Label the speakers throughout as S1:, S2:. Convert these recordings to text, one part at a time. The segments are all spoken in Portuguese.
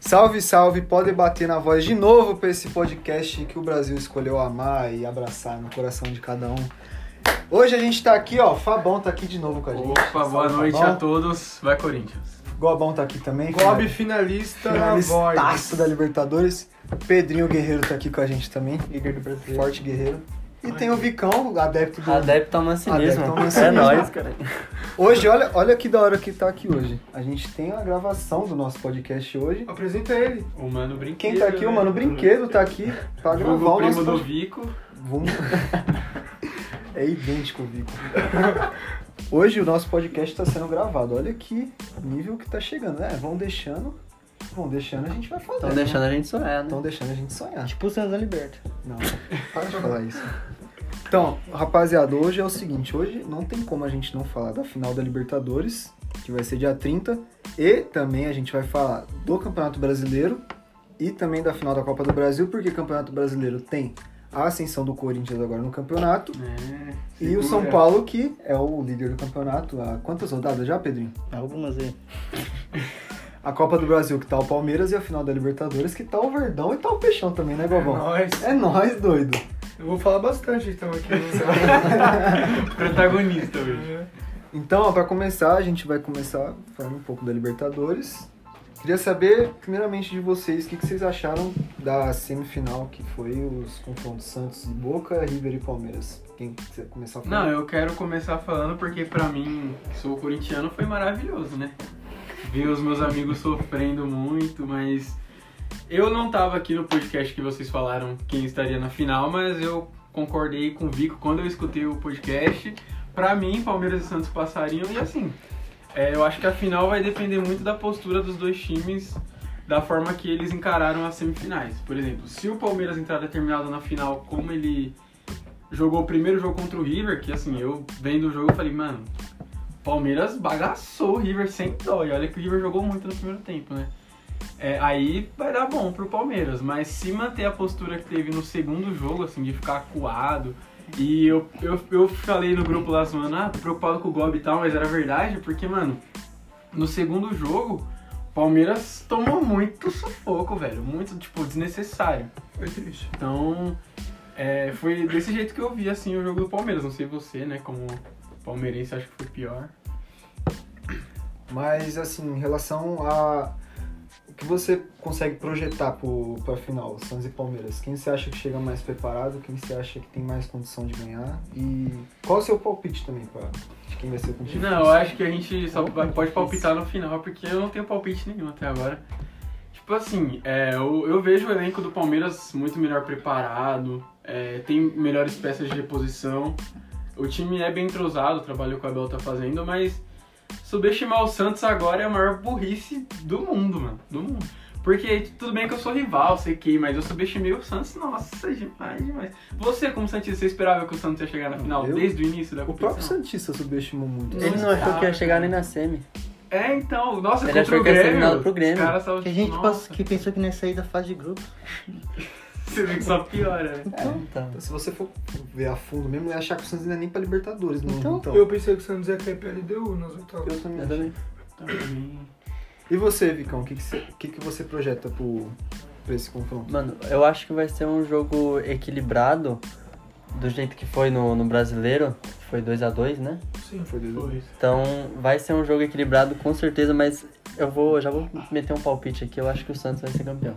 S1: Salve, salve! Pode bater na voz de novo para esse podcast que o Brasil escolheu amar e abraçar no coração de cada um. Hoje a gente tá aqui, ó. Fabão tá aqui de novo com a gente.
S2: Opa,
S1: Salve,
S2: boa noite
S1: Fabão.
S2: a todos. Vai, Corinthians.
S1: Gobão tá aqui também.
S3: Gob
S1: cara.
S3: finalista na voz.
S1: Finalistaço da Libertadores. Pedrinho Guerreiro tá aqui com a gente também.
S3: Guerreiro brasileiro.
S1: Forte Guerreiro. E tem o Vicão, adepto do.
S4: Adepto ao mancinismo.
S1: Adepto ao mancinismo.
S4: É nóis, cara.
S1: Hoje, olha, olha que da hora que tá aqui hoje. A gente tem a gravação do nosso podcast hoje.
S3: Apresenta ele.
S2: O Mano Brinquedo.
S1: Quem
S2: né?
S1: tá aqui, o Mano Brinquedo tá aqui pra
S2: Jogo
S1: gravar o
S2: primo
S1: nosso
S2: do
S1: podcast.
S2: Vico.
S1: Vamos... É idêntico o Vico. Hoje o nosso podcast tá sendo gravado. Olha que nível que tá chegando, né? Vão deixando, vão deixando, a gente vai fazer.
S4: Estão deixando a gente sonhar, né?
S1: Estão deixando a gente sonhar.
S4: É. Tipo o Santos da Liberta.
S1: Não, para de falar isso. Então, rapaziada, hoje é o seguinte, hoje não tem como a gente não falar da final da Libertadores, que vai ser dia 30, e também a gente vai falar do Campeonato Brasileiro e também da final da Copa do Brasil, porque Campeonato Brasileiro tem a ascensão do Corinthians agora no campeonato
S2: né?
S1: e o São Paulo que é o líder do campeonato há quantas rodadas já, Pedrinho?
S4: Algumas aí.
S1: A Copa do Brasil que tá o Palmeiras e a final da Libertadores que tá o Verdão e tá o Peixão também, né,
S3: É
S1: Gobão?
S3: nóis.
S1: É nóis, doido.
S3: Eu vou falar bastante então aqui.
S2: Protagonista hoje.
S1: Então, para começar, a gente vai começar falando um pouco da Libertadores. Queria saber, primeiramente, de vocês, o que, que vocês acharam da semifinal, que foi os confrontos Santos e Boca, River e Palmeiras. Quem quiser começar falando?
S2: Não, eu quero começar falando porque pra mim, que sou corintiano, foi maravilhoso, né? Ver os meus amigos sofrendo muito, mas eu não tava aqui no podcast que vocês falaram quem estaria na final, mas eu concordei com o Vico quando eu escutei o podcast. Pra mim, Palmeiras e Santos passariam e assim, é, eu acho que a final vai depender muito da postura dos dois times, da forma que eles encararam as semifinais. Por exemplo, se o Palmeiras entrar determinado na final como ele jogou o primeiro jogo contra o River, que assim, eu vendo o jogo eu falei, mano, Palmeiras bagaçou o River sem dó. E olha que o River jogou muito no primeiro tempo, né? É, aí vai dar bom pro Palmeiras, mas se manter a postura que teve no segundo jogo, assim, de ficar acuado. E eu, eu, eu falei no grupo lá zoando, ah, tô preocupado com o Gob e tal, mas era verdade, porque, mano, no segundo jogo, o Palmeiras tomou muito sufoco, velho. Muito, tipo, desnecessário.
S3: Foi triste.
S2: Então, é, foi desse jeito que eu vi assim o jogo do Palmeiras. Não sei você, né? Como palmeirense, acho que foi pior.
S1: Mas, assim, em relação a... O que você consegue projetar pro, pra final, Santos e Palmeiras? Quem você acha que chega mais preparado? Quem você acha que tem mais condição de ganhar? E qual o seu palpite também pra, de quem vai ser o time?
S2: Não, eu acho que a gente só vai- pode palpitar no final, porque eu não tenho palpite nenhum até agora. Tipo assim, é, eu, eu vejo o elenco do Palmeiras muito melhor preparado, é, tem melhores peças de reposição. O time é bem entrosado, o trabalho que o Abel tá fazendo, mas subestimar o Santos agora é a maior burrice do mundo, mano. Do mundo. Porque tudo bem que eu sou rival, sei que, mas eu subestimei o Santos, nossa, demais, demais. Você, como Santista, você esperava que o Santos ia chegar na final
S1: Eu?
S2: desde o início da
S1: O
S2: competição?
S1: próprio Santista subestimou muito.
S4: Ele não achou que ia chegar nem na semi.
S2: É, então, nossa,
S4: Ele
S2: contra
S4: achou
S2: o
S4: que ia ser
S2: Grêmio.
S4: eliminado pro Grêmio.
S2: Os caras estavam
S5: Que a gente
S2: tipo,
S5: passa,
S2: nossa,
S5: que pensou que não ia sair da fase de grupos.
S2: Você vê que só piora, né?
S4: Então.
S1: Se você for ver a fundo mesmo, eu ia achar que o Santos ainda nem pra Libertadores, não. Então,
S3: Eu pensei que o Santos ia cair pra LDU nas oitavas.
S1: eu também.
S4: Eu também.
S2: Então, pra mim,
S1: E você, Vicão, o que, que, você, o que, que você projeta pro, pra esse confronto?
S4: Mano, eu acho que vai ser um jogo equilibrado, do jeito que foi no, no brasileiro, que foi 2 a 2 né?
S3: Sim.
S1: Foi dois a dois.
S2: foi.
S4: Então vai ser um jogo equilibrado com certeza, mas eu vou já vou meter um palpite aqui, eu acho que o Santos vai ser campeão.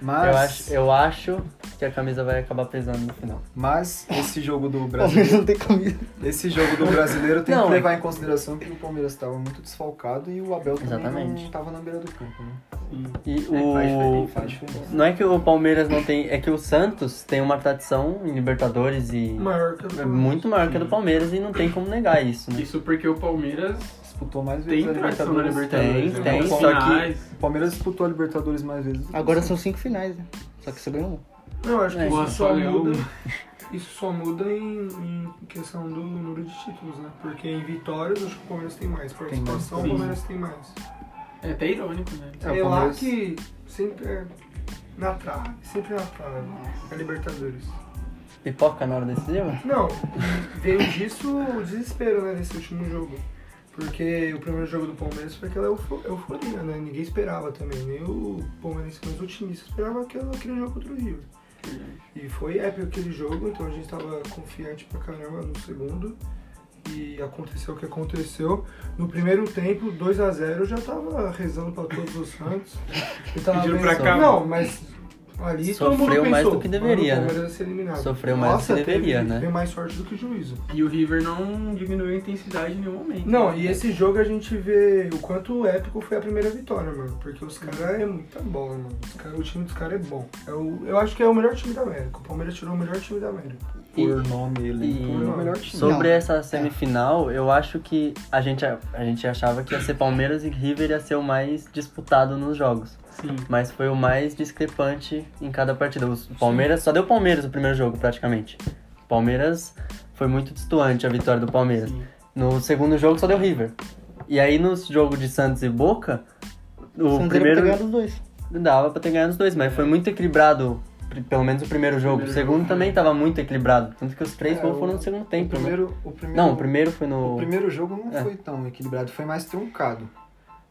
S1: Mas,
S4: Eu, acho, eu acho que a camisa vai acabar pesando no final.
S1: mas esse jogo do
S5: Pelo menos
S1: brasileiro.
S5: não tem camisa.
S1: esse jogo do brasileiro tem
S4: Não,
S1: que
S4: é-
S1: levar em consideração que o Palmeiras estava muito desfalcado e o Abel também
S4: Exatamente.
S1: não tava na beira do campo, né?
S2: Sim.
S4: E
S2: É, faz
S4: o.
S2: diferença.
S1: Faz diferença.
S4: Não é que o Palmeiras não tem. É que o Santos tem uma tradição em Libertadores e.
S3: Maior que o
S4: é muito maior que a do Palmeiras e não tem como negar isso, né?
S2: Hum. Isso porque o Palmeiras
S1: Disputou mais vezes a
S2: tem tradição na
S1: Libertadores.
S2: Libertadores.
S4: Tem,
S2: né?
S4: tem,
S2: Nas
S4: só que-
S2: finais.
S1: O Palmeiras disputou a Libertadores mais vezes. do que
S5: Agora
S1: o
S5: são cinco finais, né? Só que você ganhou um.
S3: Não, acho que
S4: É.
S3: isso
S2: Nossa,
S3: só
S2: olha,
S3: muda. Isso só muda em, em questão do número de títulos, né? Porque em vitórias acho que o Palmeiras tem mais.
S1: mais,
S3: Participação, o
S2: sim.
S3: Palmeiras tem mais.
S2: É até irônico, né?
S1: É, o
S3: É lá
S1: Palmeiras-
S3: que sempre é na trave, sempre na trave. É Libertadores.
S4: Pipoca na hora decisiva?
S3: Não, veio disso o desespero, né, desse último jogo. Porque o primeiro jogo do Palmeiras foi aquela eufo- euforia, né? Ninguém esperava também. Nem o Palmeirense, mas o otimista esperava aquela, aquele jogo contra o River. E foi épico aquele jogo, então a gente tava confiante pra caramba no segundo. E aconteceu o que aconteceu. No primeiro tempo, 2 a 0 eu já tava rezando pra todos os santos. Eu tava
S2: Pediram pra
S3: pensando-
S2: cá.
S3: Não, mas ali todo mundo
S4: Sofreu
S3: pensou.
S4: mais do que deveria,
S3: "Mano,
S4: né?
S3: o Palmeiras vai ser eliminado.
S4: Sofreu mais do que
S3: teve-
S4: deveria, né?
S3: teve mais sorte do que juízo.
S2: E o River não diminuiu a intensidade em nenhum momento.
S3: Não, e esse jogo a gente vê o quanto épico foi a primeira vitória, mano. Porque os caras é muita bola, mano. Os cara- o time dos caras é bom. É o- eu acho que é o melhor time da América. O Palmeiras tirou o melhor time da América.
S1: Por nome, ele
S4: e-
S1: é o melhor time.
S4: Sobre
S5: Não.
S4: essa semifinal, eu acho que a gente, a, gente achava que ia ser Palmeiras e River ia ser o mais disputado nos jogos.
S2: Sim.
S4: Mas foi o mais discrepante em cada partida. O Palmeiras só deu Palmeiras no primeiro jogo, praticamente. Palmeiras foi muito distoante a vitória do Palmeiras.
S2: Sim.
S4: No segundo jogo só deu River. E aí no jogo de Santos e Boca, o
S5: São
S4: primeiro
S5: Tá ganhando os dois.
S1: é
S4: dava pra ter ganhado os dois, mas foi muito equilibrado. pri- Pelo menos o primeiro jogo.
S2: primeiro
S4: o segundo
S2: jogo,
S4: também
S2: né?
S4: tava muito equilibrado. Tanto que os três
S1: É,
S4: gols
S1: o-
S4: foram no segundo
S1: O
S4: tempo, né?
S1: primeiro, o primeiro,
S4: Não, o primeiro foi no.
S1: o primeiro jogo não
S4: É.
S1: foi tão equilibrado, foi mais truncado.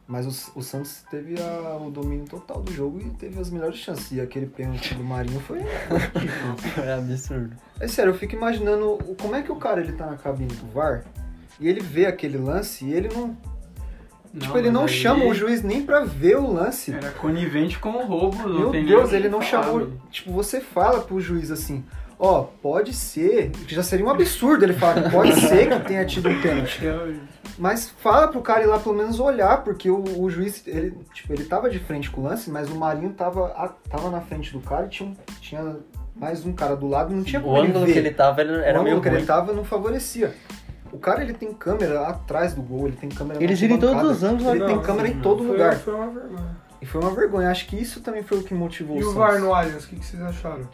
S1: Mas o, o Santos teve a- o domínio total do jogo e teve as melhores chances. E aquele pênalti do Marinho foi.
S4: É absurdo.
S1: É sério, eu fico imaginando o- como é que o cara ele tá na cabine do VAR e ele vê aquele lance e ele não. tipo, ele
S2: mas
S1: não
S2: aí
S1: chama o juiz nem pra ver o lance.
S2: Era conivente com o roubo. Não
S1: Meu
S2: tem
S1: Deus,
S2: nem o que
S1: ele não
S2: falar,
S1: chamou.
S2: velho.
S1: Tipo, você fala pro juiz assim, ó, pode ser, que já seria um absurdo ele falar, pode ser que tenha tido um pênalti. Mas fala pro cara ir lá pelo menos olhar, porque o, o juiz, ele, tipo, ele tava de frente com o lance, mas o Marinho tava, a- tava na frente do cara e tinha, um- tinha mais um cara do lado, não tinha
S4: O
S1: como ele
S4: ângulo
S1: ver.
S4: que ele tava era era
S1: o
S4: meio
S1: ângulo que ele
S4: ruim.
S1: tava não favorecia. O cara, ele tem câmera atrás do gol, ele tem câmera na
S5: Ele gira em todos
S1: arquibancada,
S5: os ângulos,
S1: Ele
S3: né?
S1: tem
S3: Não,
S1: câmera em
S2: não,
S1: todo
S3: Foi,
S1: lugar.
S3: foi uma vergonha.
S1: E foi uma vergonha. Acho que isso também foi o que motivou
S3: E o
S1: Santos.
S3: VAR no Allianz, o que, que vocês acharam?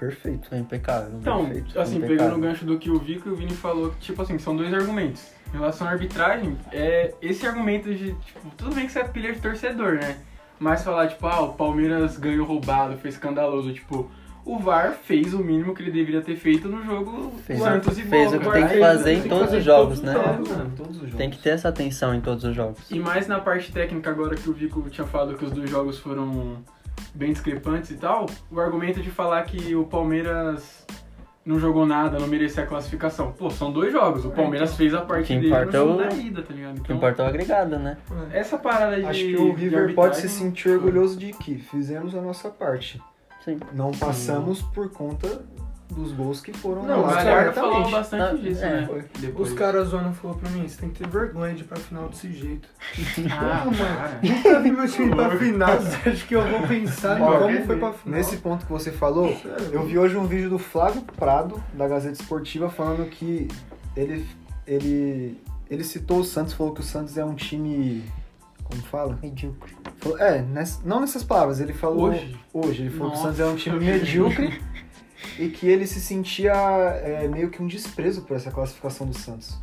S1: Perfeito.
S4: Foi impecável.
S2: Então,
S4: perfeito,
S2: assim,
S4: impecável.
S2: pegando o gancho do que o Vico e o Vini falou, que, tipo assim, são dois argumentos. Em relação à arbitragem, é esse argumento de, tipo, tudo bem que você é pilha de torcedor, né? Mas falar, tipo, ah, o Palmeiras ganhou roubado, foi escandaloso, tipo, o VAR fez o mínimo que ele deveria ter feito no jogo
S4: Fez o-
S2: Santos e
S4: fez o que
S2: Boca.
S4: tem que
S2: Aí,
S4: fazer em
S2: tem que
S4: todos
S2: fazer
S4: os
S2: em
S4: jogos, né?
S2: jogos, mano.
S1: Todos os
S4: Tem que ter essa atenção em todos os jogos.
S2: E mais na parte técnica agora que o Vico tinha falado que os dois jogos foram bem discrepantes e tal, o argumento de falar que o Palmeiras não jogou nada, não merecia a classificação. Pô, são dois jogos,
S1: É,
S2: o Palmeiras
S1: então.
S2: fez a parte
S4: O que
S2: dele no
S4: importa é
S2: jogo
S4: o-
S2: da ida, tá ligado?
S4: O que
S2: Então,
S4: importa é o agregado, né?
S3: É,
S2: essa parada de
S1: Acho que o
S2: de
S1: River pode se
S2: arbitragem-
S1: sentir orgulhoso de que fizemos a nossa parte.
S4: Sim.
S1: Não passamos por conta dos gols que foram
S3: Não,
S2: O
S3: mas
S2: Galhardo
S1: anulados.
S2: falou
S3: certamente.
S2: bastante
S4: Ah,
S2: disso,
S4: é.
S2: né?
S1: Tá, Foi.
S2: Depois.
S3: Os caras zoando falou pra mim, você tem que ter vergonha de ir pra final desse jeito.
S2: Ah, cara.
S3: Nunca vi meu time pra final, você acha que eu vou pensar em
S1: Ó,
S3: como Tá, então foi pra final?
S1: Nesse ponto que você falou,
S3: Sério?
S1: eu vi hoje um vídeo do Flávio Prado, da Gazeta Esportiva, falando que ele, ele, ele citou o Santos, falou que o Santos é um time. Como fala?
S5: Medíocre.
S1: Falou- É, ness- não nessas palavras, ele falou.
S2: Hoje?
S1: Hoje, ele falou que o
S2: Nossa.
S1: Santos era um time medíocre e que ele se sentia é, meio que um desprezo por essa classificação do Santos.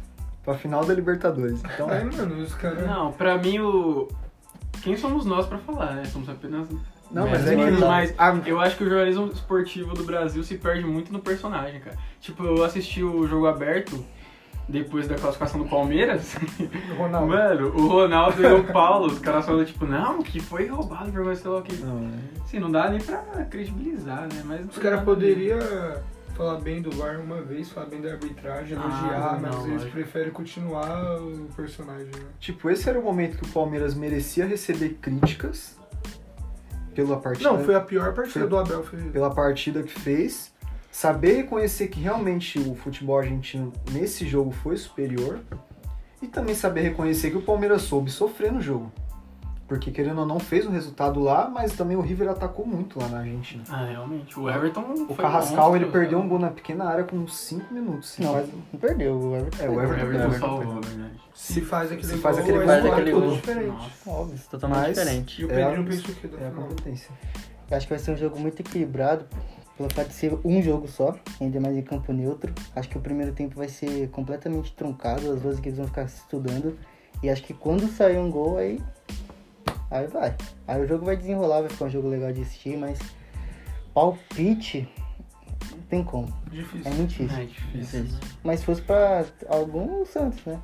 S1: Pra final da Libertadores. Então,
S3: Aí, mano, os caras...
S2: Não, pra mim o... Quem somos nós pra falar, né? Somos apenas
S1: não, mas é
S4: Menos
S1: que.
S2: mais.
S1: Ah,
S2: Eu acho que o jornalismo esportivo do Brasil se perde muito no personagem, cara. Tipo, eu assisti o jogo aberto depois da classificação do Palmeiras.
S3: Ronaldo.
S2: Mano, o Ronaldo e o Paulo, os caras falam, tipo, não, que foi roubado, vergonha, sei lá o que.
S1: não, é-
S2: Assim, não dá nem pra credibilizar, né? Mas
S3: Os caras poderiam falar bem do VAR uma vez, falar bem da arbitragem,
S2: Ah,
S3: elogiar, mas
S2: não,
S3: eles
S2: lógico.
S3: preferem continuar o personagem, né?
S1: Tipo, esse era o momento que o Palmeiras merecia receber críticas pela partida,
S3: Não, foi a pior partida
S1: Foi-
S3: do Abel Ferreira.
S1: pela partida que fez. Saber reconhecer que realmente o futebol argentino nesse jogo foi superior. E também saber reconhecer que o Palmeiras soube sofrer no jogo. Porque querendo ou não, fez o resultado lá, mas também o River atacou muito lá na Argentina.
S2: Ah, realmente. O Everton.
S1: O Carrascal ele perdeu
S3: né?
S1: um gol na pequena área com 5 minutos. Se
S5: Não.
S1: faz, um-
S5: Não perdeu. O Everton.
S1: É, o
S2: O
S5: perdeu.
S1: Everton
S2: Everton
S1: perdeu.
S2: salvou, né?
S3: Se faz aquele
S1: se faz
S3: gol,
S1: aquele
S3: é
S1: gol,
S4: faz
S3: um
S4: aquele
S3: todo
S4: gol.
S3: diferente.
S5: Óbvio.
S4: Isso é totalmente
S1: Mas-
S4: diferente.
S3: E o
S1: É
S3: Pedrinho
S1: a-
S3: pensou o quê da
S1: é a
S3: final?
S1: competência.
S5: Eu acho que vai ser um jogo muito equilibrado. Pelo fato de ser um jogo só, ainda mais em campo neutro. Acho que o primeiro tempo vai ser completamente truncado. As duas equipes vão ficar se estudando. E acho que quando sair um gol, aí. Aí vai. Aí o jogo vai desenrolar, vai ficar um jogo legal de assistir, mas. Palpite. Não tem como. É
S3: Difícil.
S5: muito difícil.
S2: É difícil. né?
S5: Mas se fosse pra algum o Santos, né?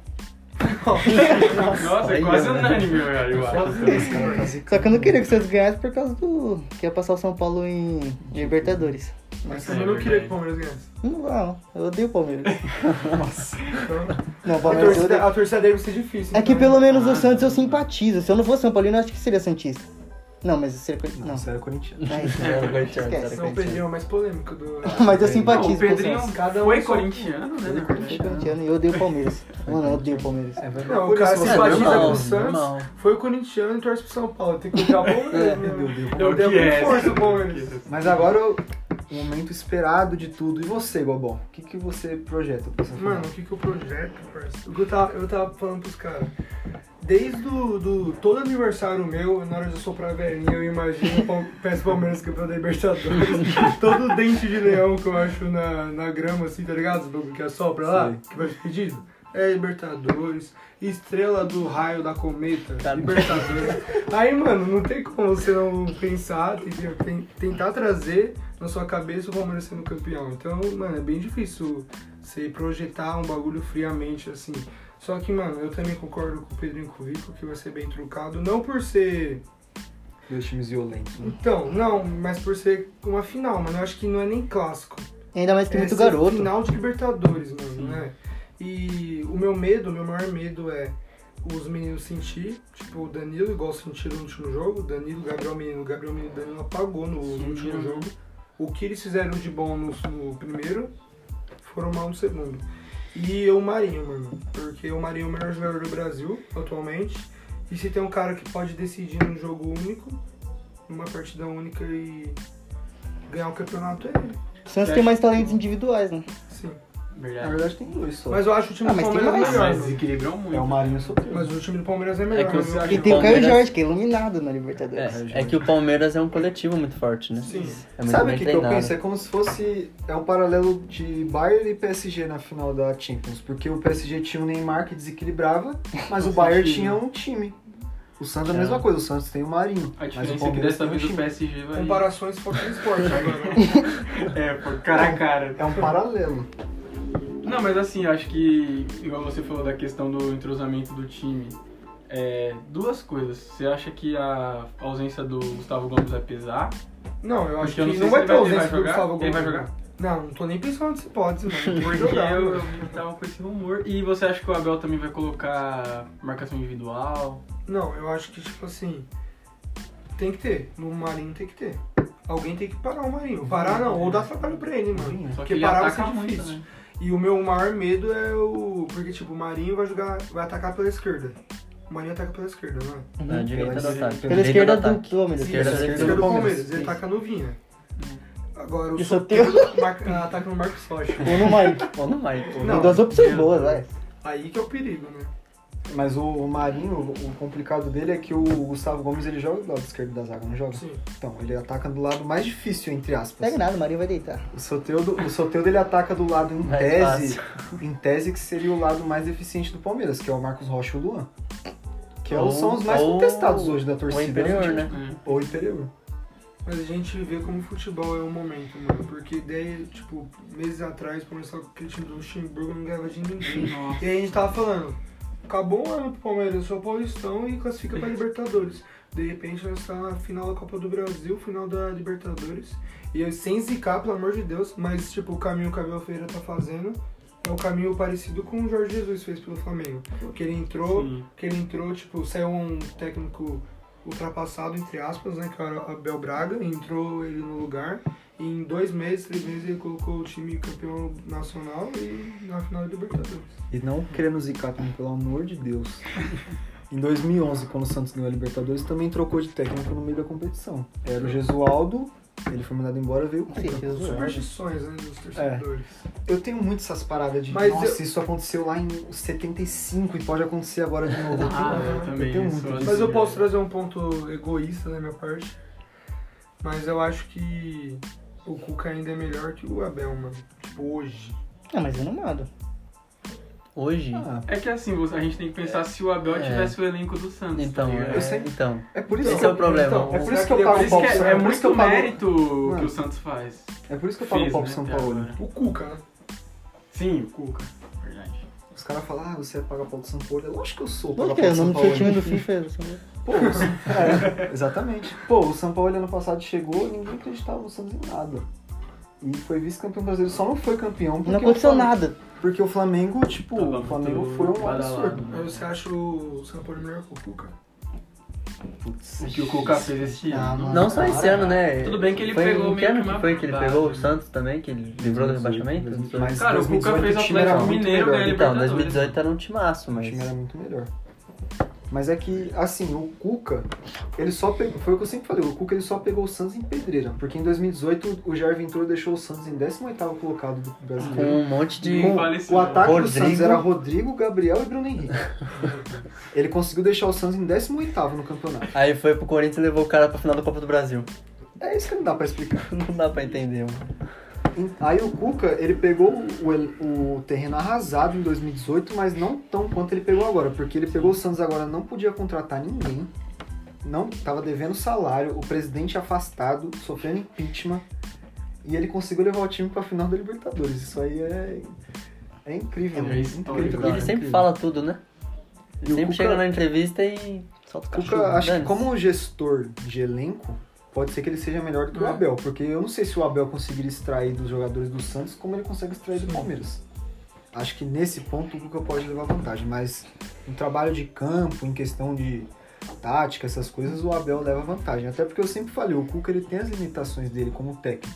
S2: Nossa, é
S1: Olha,
S2: quase
S1: mano.
S2: unânime, velho, eu acho.
S1: Esse cara tá zicando.
S5: Só que eu não queria que vocês ganhassem por causa do. que ia passar o São Paulo em Libertadores.
S3: Mas
S2: É
S3: também não queria
S2: verdade.
S3: que o Palmeiras ganhasse.
S5: Não, não, eu odeio o Palmeiras.
S3: Então,
S5: Não, o
S3: a,
S5: Palmeiras eu
S3: torcida,
S5: odeio.
S3: a torcida dele vai ser difícil.
S5: É que
S3: então.
S5: pelo menos o Santos eu simpatizo. Se eu não fosse São Paulino, eu acho que seria Santista. Não, mas eu seria. Cori- Não,
S1: Não, você era corintiano.
S5: não é isso.
S4: Era corintiano,
S5: Esquece.
S4: era
S3: Não, o
S4: corintiano.
S3: Pedrinho é o mais polêmico do.
S5: Mas eu
S2: Não, o
S5: simpatizo com o
S2: Pedrinho
S5: Santos.
S3: Cada um
S2: foi
S3: só-
S2: corintiano, né? na
S5: Eu sou
S2: verdade?
S5: corintiano E eu odeio o Palmeiras. Mano, eu odeio o Palmeiras.
S1: É verdade.
S3: Não,
S1: Por
S3: o cara
S1: isso
S4: É,
S1: você
S3: simpatiza
S1: não-
S4: normal,
S3: com o Santos.
S4: normal.
S3: Foi o corintiano e torce pro São Paulo. Tem que odiar o Palmeiras. né?
S1: Meu Deus, meu
S2: É
S1: Deus.
S2: o que é.
S3: Força, Palmeiras.
S1: Mas agora o o momento esperado de tudo. E você, Bobão? O que, que você projeta pra essa final?
S3: Mano, o que que eu projeto, parceiro? O que Eu tava, eu tava falando pros caras. Desde do, do- todo aniversário meu, na hora de eu soprar a velhinha, eu imagino o Pal- PS Palmeiras campeão da Libertadores. todo dente de leão que eu acho na, na grama, assim, tá ligado? Os bagulho que assopra lá, que vai pedido. É Libertadores, estrela do raio da cometa,
S4: Tá.
S3: Libertadores. Aí, mano, não tem como você não pensar, tem que ten- tentar trazer na sua cabeça o Palmeiras sendo campeão. Então, mano, é bem difícil você projetar um bagulho friamente assim. Só que, mano, eu também concordo com o Pedrinho Currico que vai ser bem trucado, não por ser.
S1: Dois times violentos. né?
S3: Então, não, mas por ser uma final, mano. Eu acho que não é nem clássico.
S5: Ainda mais que tem muito
S3: Essa é
S5: garoto.
S3: Final de Libertadores, mano, né? E o meu medo, o meu maior medo é os meninos sentir, tipo, o Danilo, igual sentiram no último jogo, Danilo, Gabriel Menino, Gabriel Menino, Danilo apagou no, no
S2: Sim,
S3: último
S2: né?
S3: jogo. O que eles fizeram de bom no, no primeiro, foram mal no segundo. E o Marinho, mano, porque o Marinho é o melhor jogador do Brasil atualmente. E se tem um cara que pode decidir num jogo único, numa partida única e ganhar o campeonato, é ele.
S5: O Santos tem mais talentos individuais, né?
S3: Sim.
S1: Na
S2: Verdade.
S1: verdade, tem dois só.
S3: Mas eu acho o time
S5: Ah,
S3: do
S5: mas tem
S3: Palmeiras
S5: mais.
S3: Tá melhor.
S2: Mas
S3: mano.
S2: desequilibram muito.
S1: É o Marinho Soteldo.
S3: Mas o time do Palmeiras é
S2: É
S3: melhor.
S2: que você
S3: né?
S2: acha
S5: E
S2: o
S5: tem o Caio
S4: Palmeiras-
S5: Jorge, que é iluminado na Libertadores.
S4: É, é que o Palmeiras é um coletivo muito forte, né?
S3: Sim.
S4: É muito
S1: Sabe
S4: bem
S1: o que, que eu
S4: treinado.
S1: penso? É como se fosse. É um paralelo de Bayern e PSG na final da Champions. Porque o PSG tinha o Neymar que desequilibrava, mas o Bayern
S2: sentido.
S1: tinha um time. O Santos é a
S4: É.
S1: mesma coisa, o Santos tem o Marinho.
S2: A
S1: mas o
S2: diferença é que
S1: Palmeiras
S2: dessa
S1: tem um
S2: vez o
S1: time.
S2: PSG vai.
S3: Comparações fora do esporte agora.
S2: É, pô, cara a cara.
S1: É um paralelo.
S2: Não, mas assim, acho que, igual você falou da questão do entrosamento do time, é, duas coisas. Você acha que a ausência do Gustavo Gomes vai pesar?
S3: Não, eu acho
S2: Porque eu não
S3: que
S2: sei
S3: não
S2: se
S3: vai
S2: ele
S3: ter
S2: vai-
S3: ausência
S2: ele
S3: do
S2: vai jogar?
S3: Gustavo Gomes. né?
S2: Ele vai jogar?
S3: Não, não tô nem pensando se pode, mano. Tem que
S2: Porque
S3: jogar,
S2: eu,
S3: mano.
S2: eu tava com esse rumor. E você acha que o Abel também vai colocar marcação individual?
S3: Não, eu acho que, tipo assim, tem que ter. No Marinho tem que ter. Alguém tem que parar o Marinho. Parar não, ou dar trabalho pra ele, mano.
S2: Só que
S3: Porque
S2: ele
S3: parar vai
S2: ataca
S3: ser
S2: muito,
S3: difícil.
S2: né?
S3: E o meu maior medo é o. Porque, tipo, o Marinho vai jogar. Vai atacar pela esquerda. O Marinho ataca pela esquerda, não é?
S2: Hum.
S4: Na direita do
S1: Pela
S4: ataque.
S1: esquerda.
S5: Uhum. Pela
S4: Direita
S5: esquerda
S4: do
S5: do
S4: ataque.
S5: Palmeiras.
S4: Sim, esquerda,
S3: esquerda do Palmeiras. Ele tá ataca a novinha. Agora o
S5: E sorteio.
S3: sorteio marca- ataca no Marcos Rocha.
S5: Ou no Mike.
S4: Ou no Mike.
S3: Não.
S5: Tem duas opções boas, vai.
S3: Aí que é o perigo, né?
S1: Mas o, o Marinho, o o complicado dele é que o Gustavo Gomes ele joga do lado esquerdo da zaga, não joga?
S3: Sim.
S1: Então, ele ataca do lado mais difícil, entre aspas.
S5: Pega nada, o Marinho vai deitar.
S1: O Soteldo, o Soteldo ele ataca do lado em
S4: Mais
S1: tese, em tese que seria o lado mais eficiente do Palmeiras, que é o Marcos Rocha e o Luan. Que é o-
S4: Ou-
S1: são os mais
S4: ou-
S1: contestados hoje da
S4: O
S1: torcida. Tipo,
S4: inferior, né?
S2: É.
S1: Ou interior.
S3: Mas a gente vê como o futebol é um momento, mano. Porque daí, tipo, meses atrás, começou com aquele time do Luxemburgo, não ganhava de ninguém.
S2: Nossa.
S3: e aí a gente tava falando, acabou um ano pro Palmeiras, só Paulistão e classifica pra Libertadores. De repente nós tá na final da Copa do Brasil, final da Libertadores. E eu, sem zicar, pelo amor de Deus, mas tipo, o caminho que o Abel Ferreira tá fazendo é um caminho parecido com o Jorge Jesus fez pelo Flamengo. Que ele entrou,
S2: Sim.
S3: que ele entrou, tipo, saiu um técnico ultrapassado, entre aspas, né, que era o Abel Braga, entrou ele no lugar, e em dois meses, três meses, ele colocou o time campeão nacional e na final da Libertadores.
S1: E não querendo zicar também, pelo amor de Deus. Em 2011, quando o Santos ganhou a Libertadores, também trocou de técnico no meio da competição. Era o Jesualdo, ele foi mandado embora, veio o Cuca. É
S5: Sim, Jesus.
S3: Superstições, né, dos torcedores.
S1: Eu tenho muito essas paradas de,
S3: Mas
S1: nossa,
S3: eu-
S1: isso aconteceu lá em 75 e pode acontecer agora de novo.
S2: Ah,
S1: Eu tenho-
S2: eu
S1: tenho
S2: também sou
S1: muito
S2: assim,
S1: disso.
S3: Mas eu posso
S2: velho.
S3: trazer um ponto egoísta da minha parte, mas eu acho que o Cuca ainda é melhor que o Abel, mano. Tipo, hoje.
S5: Ah, mas eu não mando.
S4: Hoje.
S1: Ah,
S2: É que assim, você- a gente tem que pensar se o Abel
S4: É.
S2: tivesse o elenco do Santos.
S4: Então,
S2: tá ligado?
S4: é,
S1: Eu sei.
S4: então.
S1: é por isso
S4: Esse
S1: que
S4: é
S1: eu
S4: o problema.
S1: É por isso que eu
S3: será
S1: pago
S2: Por
S1: o
S2: isso
S1: pau
S2: que
S1: pro
S2: é, é
S1: Santos.
S2: muito mérito o que
S1: Mano.
S2: o Santos faz.
S1: É por isso que eu pago o
S2: Fez,
S1: pau
S2: né,
S1: pro São
S2: até
S1: Paulo.
S2: agora.
S3: O Cuca, né?
S2: Sim, o Cuca. Verdade.
S1: Os caras falam, ah, você é paga pau do São Paulo. É lógico que eu sou
S5: Por
S1: paga
S5: que?
S1: pau
S5: O
S1: do São
S5: nome do
S1: Paulo.
S5: seu time do FIFA é São Paulo.
S1: Pô, o São- é, exatamente. Pô, o São Paulo ano passado chegou e ninguém acreditava no Santos em nada. E foi vice-campeão brasileiro, só não foi campeão porque
S5: Não aconteceu
S1: o Flamengo,
S5: nada.
S1: Porque o Flamengo, tipo,
S2: Tava
S1: o Flamengo
S2: muito
S1: foi um
S2: badalado,
S1: absurdo.
S2: então né?
S3: Aí você acha o São Paulo melhor que o Cuca?
S1: Putz,
S2: O que o Cuca fez esse
S5: Ah,
S2: ano.
S5: mano.
S4: Não só esse
S1: Cara,
S4: ano, né?
S2: tudo bem que ele
S4: foi,
S2: pegou
S4: em que
S2: meio
S4: ano
S2: que
S4: que
S2: uma
S4: foi que ele
S2: base,
S4: pegou
S2: né?
S4: o Santos também, que ele livrou do rebaixamento?
S1: 2018.
S4: Mas-
S2: Cara, o Cuca
S1: 2018
S2: fez o
S1: time era
S2: Atlético
S1: muito
S2: Mineiro
S1: melhor.
S2: ganhar ele
S4: Então,
S2: Libertadores.
S4: 2018 era um timaço,
S1: O
S4: mas.
S1: time era muito melhor. Mas é que, assim, o Cuca, ele só pegou. Foi o que eu sempre falei, o Cuca ele só pegou o Santos em pedreira. Porque em 2018 o Jair Ventura deixou o Santos em 18 colocado do brasileiro.
S4: Com um monte de.
S2: Sim.
S1: Com-
S2: faleceu.
S1: o ataque do Santos
S4: Rodrigo.
S1: era Rodrigo, Gabriel e Bruno Henrique. ele conseguiu deixar o Santos em 18 no campeonato.
S4: Aí foi pro Corinthians e levou o cara pra final da Copa do Brasil.
S1: É isso que não dá pra explicar.
S4: Não dá pra entender, mano.
S1: Em- Aí o Cuca, ele pegou o, el- o terreno arrasado em 2018, mas não tão quanto ele pegou agora, porque ele pegou o Santos agora, não podia contratar ninguém, não tava devendo salário, o presidente afastado, sofrendo impeachment, e ele conseguiu levar o time pra final da Libertadores. Isso aí é, é incrível.
S2: É
S1: mano.
S2: histórico,
S1: Incrível,
S4: E ele
S2: Claro,
S4: sempre
S1: incrível.
S4: fala tudo, né?
S1: E o
S4: Sempre
S1: Cuca-
S4: chega na entrevista e solta o cachorro.
S1: Cuca, acho que
S4: dane-se.
S1: como um gestor de elenco, pode ser que ele seja melhor do que o
S3: É.
S1: Abel, porque eu não sei se o Abel conseguiria extrair dos jogadores do Santos como ele consegue extrair do Palmeiras. Acho que nesse ponto o Cuca pode levar vantagem, mas no trabalho de campo, em questão de tática, essas coisas, o Abel leva vantagem. Até porque eu sempre falei, o Cuca ele tem as limitações dele como técnico,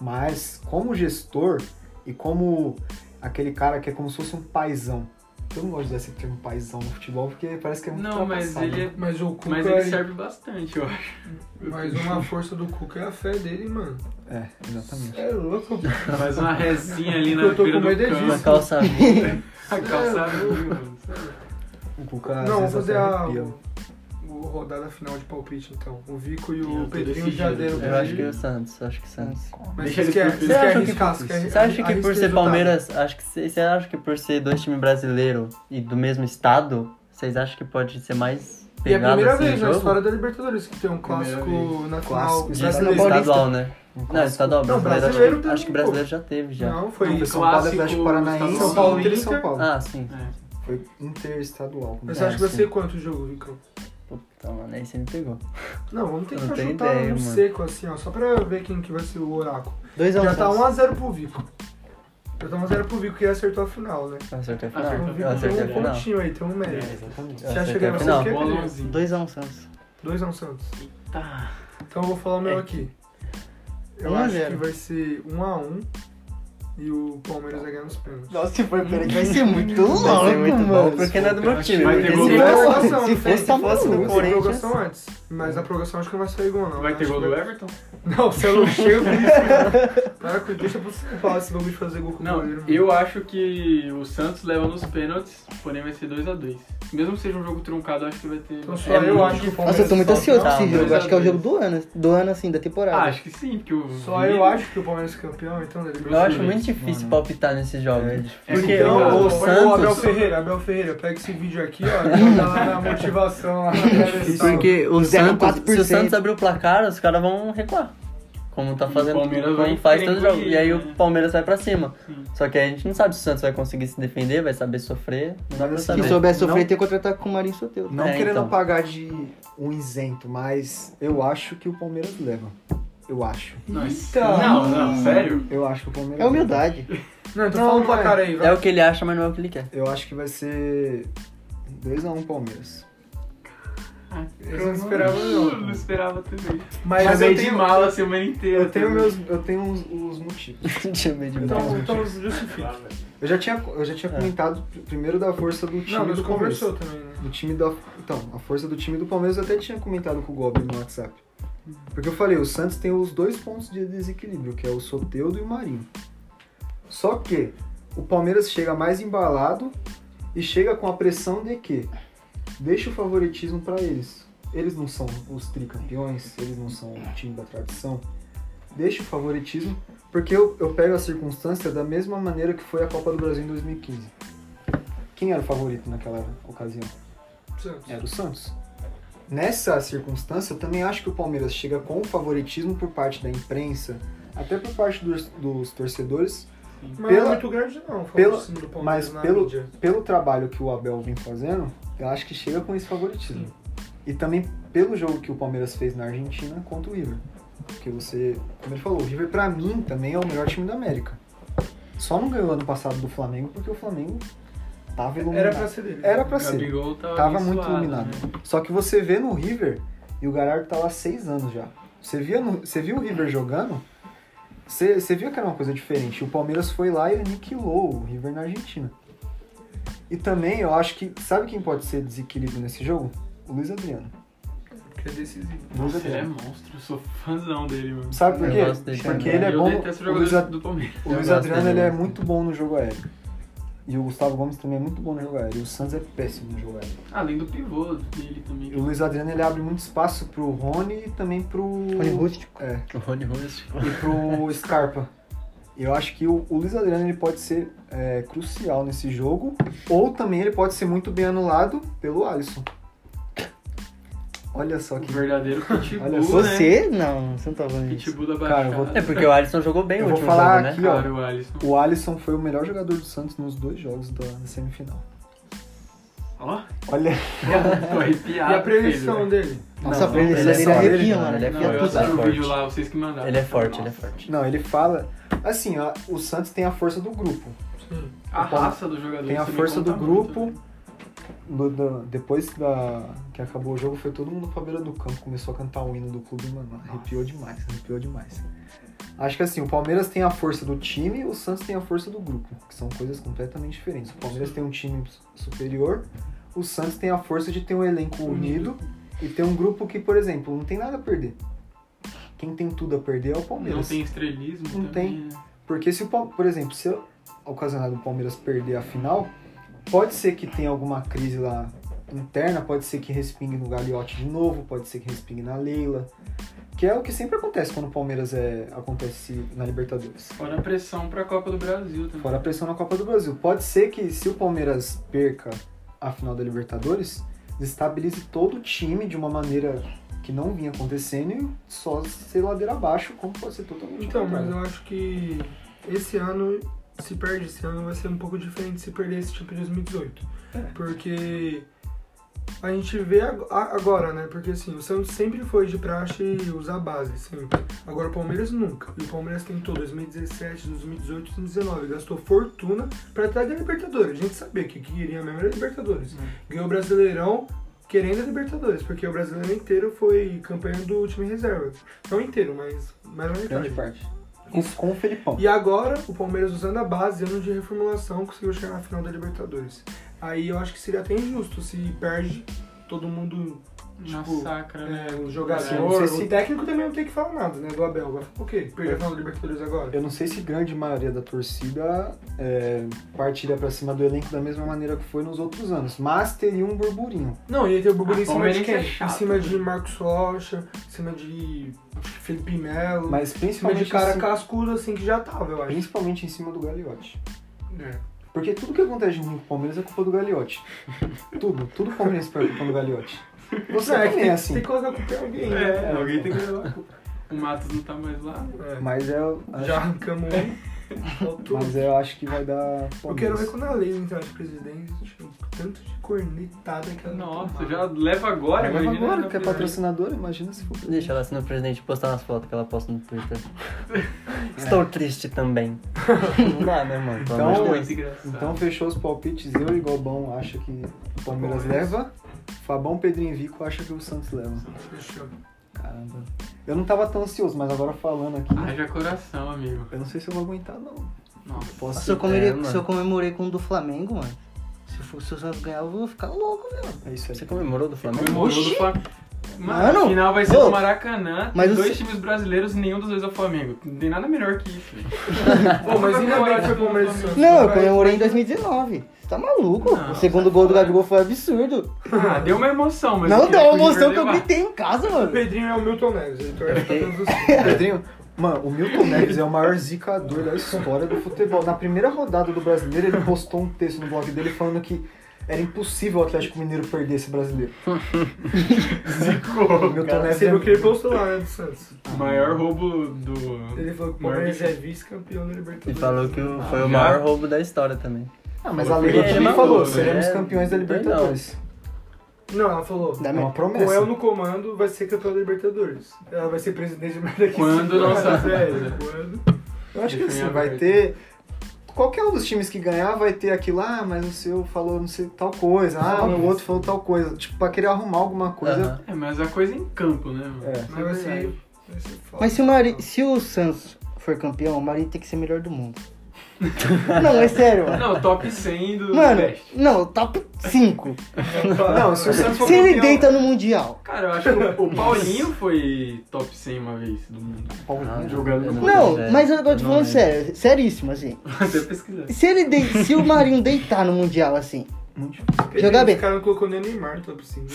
S1: mas como gestor e como aquele cara que é como se fosse um paizão. Eu não gosto desse termo paizão no futebol, porque parece que é muito
S2: Não, mas
S1: ultrapassado.
S2: ele, é-
S3: Mas o Cuca.
S2: mas ele serve bastante, eu acho.
S3: Mas uma força do Cuca é a fé dele, mano.
S1: É, exatamente.
S3: É louco.
S2: Faz uma resinha ali na
S3: Eu tô
S2: beira
S3: com medo
S2: do
S3: é
S4: Uma
S2: campo.
S3: disso.
S4: calça vida.
S2: A calça viu, mano.
S1: O Cuca às
S3: Não, vou
S1: vezes
S3: fazer
S1: até
S3: a
S1: arrepia.
S3: o- rodada final de palpite, então. O Vico
S4: É,
S3: e
S2: Eu
S3: o
S2: tô
S3: Pedrinho
S2: decidido.
S3: já deram
S4: Eu acho que é
S3: palpite.
S4: o Santos, acho que o Santos.
S3: Mas
S2: Deixa
S3: vocês
S2: ele pro
S3: querem-
S2: Pedro.
S3: vocês querem
S4: Você acha
S3: arriscar, vocês querem-
S4: Você acha que por
S3: arrisca
S4: ser
S3: resultado.
S4: Palmeiras, acho que cê- você acha que por ser dois times brasileiros e do mesmo estado, vocês acham que pode ser mais
S3: E é a
S4: pegado
S3: primeira
S4: assim o
S3: vez na
S4: jogo?
S3: história da Libertadores que tem um
S2: Primeira
S3: clássico Um
S2: vez.
S3: na
S1: Clássico
S3: final.
S4: De
S1: Brasileiro.
S4: estadual, né?
S1: Um
S4: Não,
S1: clássico.
S4: estadual,
S3: Não,
S4: brasileiro, acho,
S3: brasileiro
S4: que,
S3: teve,
S4: acho que
S3: pô.
S4: brasileiro já teve já.
S3: Não, foi um
S1: Não, foi
S3: isso.
S1: São Paulo
S2: Clássico,
S1: Atlético Paranaense,
S2: São
S1: São
S2: Paulo,
S1: Paulo e São
S3: Inter.
S1: Paulo.
S4: Ah, sim.
S2: É.
S1: Foi interestadual.
S3: Mas você acha que vai
S1: É,
S3: ser
S1: sim.
S3: quanto o jogo, Vico?
S4: Puta, Então, mano, aí você me pegou.
S3: Não, vamos
S4: Eu não
S3: tentar
S4: tenho
S3: chutar
S4: ideia,
S3: um
S4: mano. é um
S3: seco assim, ó, só pra ver quem que vai ser o oráculo.
S5: 2x1.
S3: Já tá 1x0 pro Vico. Já tá 1x0 pro Vico que acertou a final, né?
S4: Eu acertei a
S2: Acertou a
S4: final. Eu
S2: final.
S4: acertei a
S3: Tem um
S4: final.
S3: pontinho aí, tem um mérito.
S1: É, exatamente.
S4: Eu
S3: Você acha que
S4: acertei a
S3: vai
S4: final.
S3: ser o quê?
S2: Bolãozinho.
S5: 2x1 Santos.
S3: 2x1 Santos.
S2: Tá.
S3: Então eu vou falar o meu aqui.
S4: Um
S3: Eu
S5: 1 a
S3: acho
S5: 0.
S3: que vai ser 1x1 e o Palmeiras vai ganhar nos pênaltis.
S5: Nossa, se for pênalti, vai ser muito
S4: Vai ser
S5: louco,
S4: muito bom,
S5: mano.
S4: porque não é do meu time.
S2: Vai
S4: porque
S2: ter
S4: se
S2: gol.
S5: né?
S4: fosse-
S3: Não,
S5: é se
S3: não,
S5: fosse,
S3: tem-
S5: se fosse
S4: tem
S5: do
S4: gol.
S3: Tem
S5: Corinthians...
S3: prorrogação antes, mas a prorrogação acho que não vai sair gol, não. né?
S2: Vai ter
S3: Acho
S2: gol
S3: que
S2: do Everton?
S3: Não, você não chega com isso. Para com deixa pro São Paulo esse bagulho de fazer gol com o
S2: Não,
S3: goleiro. mano.
S2: eu acho que o Santos leva nos pênaltis, porém vai ser 2x2. Mesmo que seja um jogo truncado, eu acho que vai ter.
S3: Então só
S4: É
S3: eu
S4: muito
S3: acho que o Palmeiras. tá.
S5: Nossa, eu tô muito
S3: salva.
S5: ansioso pra esse
S4: Não,
S5: jogo.
S2: dois a
S5: Acho que é o
S2: dois.
S5: jogo do ano, do ano, assim, da
S2: Ah,
S5: temporada.
S2: acho que sim, porque o.
S3: Só eu acho que o Palmeiras é campeão, então dele.
S4: Eu acho muito difícil palpitar nesses jogos. Porque
S2: É complicado.
S4: o, o
S2: Ô,
S3: o Então, Abel
S4: Santos.
S3: Ferreira, Abel Ferreira, pega esse vídeo aqui, ó, e dá lá na motivação lá na televisão.
S4: Porque o
S5: Zero
S4: Santos, se o
S5: 4%.
S4: Santos abrir o placar, os caras vão recuar. Como tá
S2: E o
S4: fazendo,
S2: Palmeiras
S4: como
S2: vai
S4: faz todo jogo.
S2: engolir,
S4: E aí
S2: né?
S4: o Palmeiras vai pra cima.
S2: Sim.
S4: Só que aí a gente não sabe se o Santos vai conseguir se defender, vai saber sofrer. Não dá pra
S1: Mas
S5: Se
S4: saber.
S1: também.
S5: souber sofrer,
S1: Não.
S5: tem que contratar com o Marinho Soteldo.
S1: Não
S4: É,
S1: querendo
S4: então.
S1: pagar de um isento, mas eu acho que o Palmeiras leva. Eu acho.
S2: Nossa. Não, não, sério?
S1: Eu acho que o Palmeiras
S5: É humildade.
S3: Não, então
S1: Não,
S3: fala o
S1: não é.
S3: placar aí,
S4: É
S3: vai.
S4: o que ele acha, mas não é o que ele quer.
S1: leva. Eu acho que vai ser 2x1 Palmeiras.
S3: Eu não esperava
S2: Eu
S3: não.
S2: não esperava também.
S3: Mas,
S2: Mas
S3: eu
S2: eu de
S3: tenho...
S2: mala a semana inteira.
S1: Eu tenho,
S2: também.
S1: meus, eu tenho os, os motivos.
S4: Tinha medo de
S3: Então,
S4: mal.
S3: então justifica.
S1: Eu já tinha, eu já tinha comentado pr- primeiro da força do time
S3: Não, mas
S1: do Palmeiras.
S3: conversou também, né?
S1: do time da. Então, a força do time do Palmeiras eu até tinha comentado com o Goblin no WhatsApp. Porque eu falei, o Santos tem os dois pontos de desequilíbrio, que é o Soteudo e o Marinho. Só que o Palmeiras chega mais embalado e chega com a pressão de que deixa o favoritismo pra eles. Eles não são os tricampeões, eles não são o time da tradição. Deixa o favoritismo, porque eu, eu pego a circunstância da mesma maneira que foi a Copa do Brasil em 2015. Quem era o favorito naquela ocasião?
S3: É Santos.
S1: era o Santos. Nessa circunstância, eu também acho que o Palmeiras chega com favoritismo por parte da imprensa, até por parte dos, dos torcedores,
S2: Sim.
S3: Mas
S1: Pela-
S3: não é muito grande não, falando
S1: pela-
S3: de cima do Palmeiras
S1: Mas
S3: na
S1: pelo,
S3: mídia.
S1: pelo trabalho que o Abel vem fazendo, eu acho que chega com esse favoritismo.
S3: Sim.
S1: E também pelo jogo que o Palmeiras fez na Argentina contra o River. Porque você, como ele falou, o River pra mim também é o melhor time da América. Só não ganhou ano passado do Flamengo porque o Flamengo tava iluminado.
S3: Era pra ser dele. né,
S1: Era pra ser.
S2: Gabigol tava,
S1: Tava
S2: abençoado,
S1: muito iluminado.
S2: né?
S1: Só que você vê no River, e o Galhardo tá lá há seis anos já. Você, via no- você viu o River jogando, você, você viu que era uma coisa diferente. O Palmeiras foi lá e aniquilou o River na Argentina. E também eu acho que. Sabe quem pode ser desequilíbrio nesse jogo? O Luiz Adriano.
S3: Que é decisivo.
S1: Luiz
S2: Nossa, ele é
S1: Adriano.
S2: monstro, eu sou fãzão dele, mano.
S1: Sabe por
S4: é Eu
S1: quê?
S4: gosto dele
S1: Porque
S4: também.
S1: ele é
S2: eu
S1: bom.
S2: detesto
S1: O
S2: jogadores
S1: Luiz, Ad-
S2: do Palmeiras.
S1: o Luiz
S4: gosto
S1: Adriano
S4: dele
S1: ele é
S4: muito.
S1: muito bom no jogo aéreo. E o Gustavo Gomes também é muito bom no jogo aéreo. E o Santos é péssimo no jogo aéreo.
S2: Além do pivô dele também.
S1: E o Luiz Adriano ele abre muito espaço pro Rony e também pro.
S5: Rony Rústico.
S1: É.
S2: Então,
S4: O Rony Rústico.
S1: e pro Scarpa. Eu acho que o, o Luiz Adriano ele pode ser é, crucial nesse jogo, ou também ele pode ser muito bem anulado pelo Alisson. Olha só
S2: O
S1: que.
S2: é um verdadeiro pitbull,
S1: Olha,
S2: né?
S5: é. Você? Não, você não tá falando isso.
S2: Pitbull da
S1: Cara, eu vou-
S2: baixada.
S4: É porque o Alisson jogou bem
S1: Eu
S4: o
S1: vou
S4: último
S1: falar
S4: jogo,
S1: aqui,
S4: né?
S2: Cara, o Alisson.
S1: O Alisson foi o melhor jogador do Santos nos dois jogos da da semifinal.
S2: Ó,
S1: Olha,
S2: tô arrepiado.
S4: Tá,
S3: E a previsão
S2: filho,
S3: dele?
S5: Nossa,
S4: Não,
S5: a previsão
S4: ele é
S5: dele
S4: só ele,
S5: arrepia,
S4: mano,
S5: mano.
S4: ele é
S2: Não,
S5: arrepia
S2: eu
S5: tudo.
S4: Tá
S2: assisti o
S4: forte.
S2: vídeo lá, vocês que mandaram.
S4: Ele é forte, ele é
S2: Nossa.
S4: forte.
S1: não, ele fala. Assim, ó, o Santos tem a força do grupo.
S2: A
S1: O Palme-
S2: raça do jogador.
S1: Então, Tem a
S2: isso me
S1: força
S2: conta
S1: do
S2: muito,
S1: grupo.
S2: né?
S1: do- do- depois da, que acabou o jogo, foi todo mundo pra beira do campo, começou a cantar o hino do clube, mano. Arrepiou demais, arrepiou demais. Acho que assim, o Palmeiras tem a força do time, o Santos tem a força do grupo, que são coisas completamente diferentes. O Palmeiras tem um time superior, o Santos tem a força de ter um elenco unido, e ter um grupo que, por exemplo, não tem nada a perder. Quem tem tudo a perder é o Palmeiras.
S2: Não tem estrelismo
S1: Não
S2: também, né?
S1: Porque se o Pal- por exemplo, se ocasionar do Palmeiras perder a final, pode ser que tenha alguma crise lá interna, pode ser que respingue no Gagliotti de novo, pode ser que respingue na Leila, que é o que sempre acontece quando o Palmeiras é, acontece na Libertadores.
S2: Fora a pressão pra Copa do Brasil também.
S1: Fora a pressão na Copa do Brasil. Pode ser que se o Palmeiras perca a final da Libertadores, destabilize todo o time de uma maneira que não vinha acontecendo e só ser ladeira abaixo, como pode ser totalmente
S3: Então, mas
S1: contrário.
S3: eu acho que esse ano, se perde esse ano, vai ser um pouco diferente se perder esse tipo de 2018.
S1: É.
S3: Porque a gente vê ag- a- agora, né? Porque assim, o Santos sempre foi de praxe usar base, sempre. Agora o Palmeiras nunca. E o Palmeiras tentou 2017, 2018, 2019. Gastou fortuna pra trazer a Libertadores. A gente sabia que o que queria mesmo era a Libertadores.
S1: Uhum.
S2: Hum.
S3: Ganhou o Brasileirão querendo a Libertadores, porque o Brasileiro inteiro foi campanha do time reserva. Não inteiro, mas mais na
S1: grande
S3: metade.
S1: parte. Isso com o Felipão.
S3: E agora, o Palmeiras usando a base, ano de reformulação, conseguiu chegar na final da Libertadores. Aí eu acho que seria até injusto se perde todo mundo, tipo,
S2: Massacra, né?
S3: é, o
S1: Sim,
S3: jogador,
S1: não sei
S3: o
S1: se-
S3: técnico também não tem que falar nada, né, do Abel. Vai falar o quê? Perder a final da Libertadores agora?
S1: Eu não sei se grande maioria da torcida é, partilha pra cima do elenco da mesma maneira que foi nos outros anos, mas teria um burburinho.
S3: Não, e aí tem o burburinho em
S2: Ah,
S3: cima de
S2: Palmeirense
S3: quem?
S2: é chato,
S3: em cima
S2: né?
S3: de Marcos Rocha, em cima de Felipe Melo,
S1: Mas
S3: em cima
S1: principalmente,
S3: de cara
S1: em cima-
S3: cascudo, assim, que já tava, eu acho.
S1: principalmente em cima do Gagliotti.
S3: É.
S1: Porque tudo que acontece de ruim com o Palmeiras é culpa do Gagliotti. tudo, tudo o Palmeiras é culpa do Gagliotti. Você
S3: Não, é que
S1: também
S3: tem,
S1: é assim.
S3: tem que colocar a culpa em alguém, né?
S2: É, alguém tem que levar a culpa. O Matos não tá mais lá.
S3: É.
S1: Mas eu acho,
S3: Já arrancamos um, faltou
S1: mas é, eu acho que vai dar
S3: Eu quero ver
S1: Palmeiras.
S3: quando a Leila entrar de presidente, tipo, tanto de cornetada que ela tá
S2: Nossa,
S3: tomava.
S2: já leva agora,
S1: Leva
S2: imagina. né?
S1: agora,
S2: na
S1: que é
S2: primeira.
S1: patrocinadora, imagina se for.
S4: Deixa ela sendo presidente postar umas fotos que ela posta no Twitter. Estou triste também. Não dá, né, mano? Pelo
S1: Então,
S4: amor de
S2: Muito
S4: Deus.
S2: engraçado.
S1: Então fechou os palpites, eu e Golbão acha que o Palmeiras
S3: Palmeiras.
S1: leva. Fabão, Pedrinho e Vico acha que o Santos leva.
S3: Fechou.
S1: Caramba. Eu não tava tão ansioso, mas agora falando aqui,
S2: Haja coração, amigo.
S1: eu não sei se eu vou aguentar, não.
S2: Nossa.
S1: Posso
S5: Se eu,
S4: É,
S5: comemorei,
S4: mano.
S5: se eu comemorei com o do Flamengo, mano. Se, for, se o Santos ganhar, eu vou ficar louco, velho.
S1: É isso aí.
S4: Você comemorou do Flamengo?
S2: Comemorou
S5: Oxi.
S2: do Flamengo. Mano,
S5: Mano,
S2: a final vai ser
S5: ô,
S2: no Maracanã. Tem
S5: mas o
S2: dois
S5: Ce-
S2: times brasileiros e nenhum dos dois é o Flamengo. Não tem nada melhor que isso.
S3: Pô, mas ainda bem que foi Palmeiras e Santos.
S5: Não, eu
S3: Vai-
S5: comemorei em 2019. Você tá maluco?
S2: Não,
S5: o segundo
S2: sai
S5: gol do
S2: fora.
S5: Gabigol foi absurdo.
S2: Ah, deu uma emoção, mas.
S5: não
S2: eu queria
S5: dá uma
S2: que o River
S5: emoção que eu
S2: levasse.
S5: gritei em casa,
S3: O
S5: mano.
S3: Pedrinho é o Milton Neves, ele torce pra todos os
S1: Pedrinho, mano, o Milton Neves é o maior zicador da história do futebol. Na primeira rodada do brasileiro, ele postou um texto no blog dele falando que Era impossível o Atlético Mineiro perder esse brasileiro.
S2: Zicou.
S1: O Milton
S3: Cara,
S1: Neves
S3: você
S1: é...
S3: viu que ele postou lá, né, do Santos.
S2: Maior roubo do.
S3: Ele falou que o
S2: Maior
S3: Palmeiras
S2: bicho.
S3: é vice-campeão da
S4: E
S3: Libertadores.
S4: falou que o- foi
S2: Ah,
S4: o maior
S2: já?
S4: roubo da história também.
S1: Ah, mas a
S2: Falou
S1: Leila
S2: que ele
S1: também
S2: mandou,
S1: falou,
S2: né?
S1: seremos
S4: É,
S1: campeões da
S4: não tem não.
S1: Libertadores.
S3: Não, ela falou.
S5: Da
S1: É
S5: minha...
S1: uma promessa.
S3: O El no comando vai ser campeão da Libertadores. Ela vai ser presidente da América
S2: Quando é não sabe.
S3: Sério, é, quando?
S1: Eu acho que
S2: Deixa em
S1: assim, vai
S2: aberto.
S1: ter. Qualquer um dos times que ganhar vai ter aquilo, ah, mas o seu falou não sei tal coisa, ah,
S3: Sim.
S1: o outro falou tal coisa. Tipo, pra querer arrumar alguma coisa.
S4: Aham.
S2: É, mas a coisa é em campo, né, mano?
S1: É.
S2: Isso
S3: Mas assim, vai ser,
S2: verdade.
S3: vai ser foda.
S5: Mas se o, Mari... se o Santos for campeão, o Mari tem que ser melhor do mundo. não, é sério, mano.
S2: Não, top 100 do
S5: Mano,
S2: Nordeste.
S5: não, top 5.
S1: Não, se o Santos for
S5: Se ele
S1: campeão,
S5: deita no Mundial.
S2: Cara, eu acho que o- o Paulinho foi top 100 uma vez do mundo.
S4: Ah,
S2: Jogando
S4: eu
S2: no-
S5: Não,
S4: lembro,
S5: mas eu tô te
S4: não é.
S5: falando
S4: lembro.
S5: sério, seríssimo, assim.
S2: Até pesquisar.
S5: Se ele de... se o Marinho deitar no Mundial, assim.
S3: Ele-
S5: Jogar bem.
S3: Os caras não colocou nem Neymar no top 5.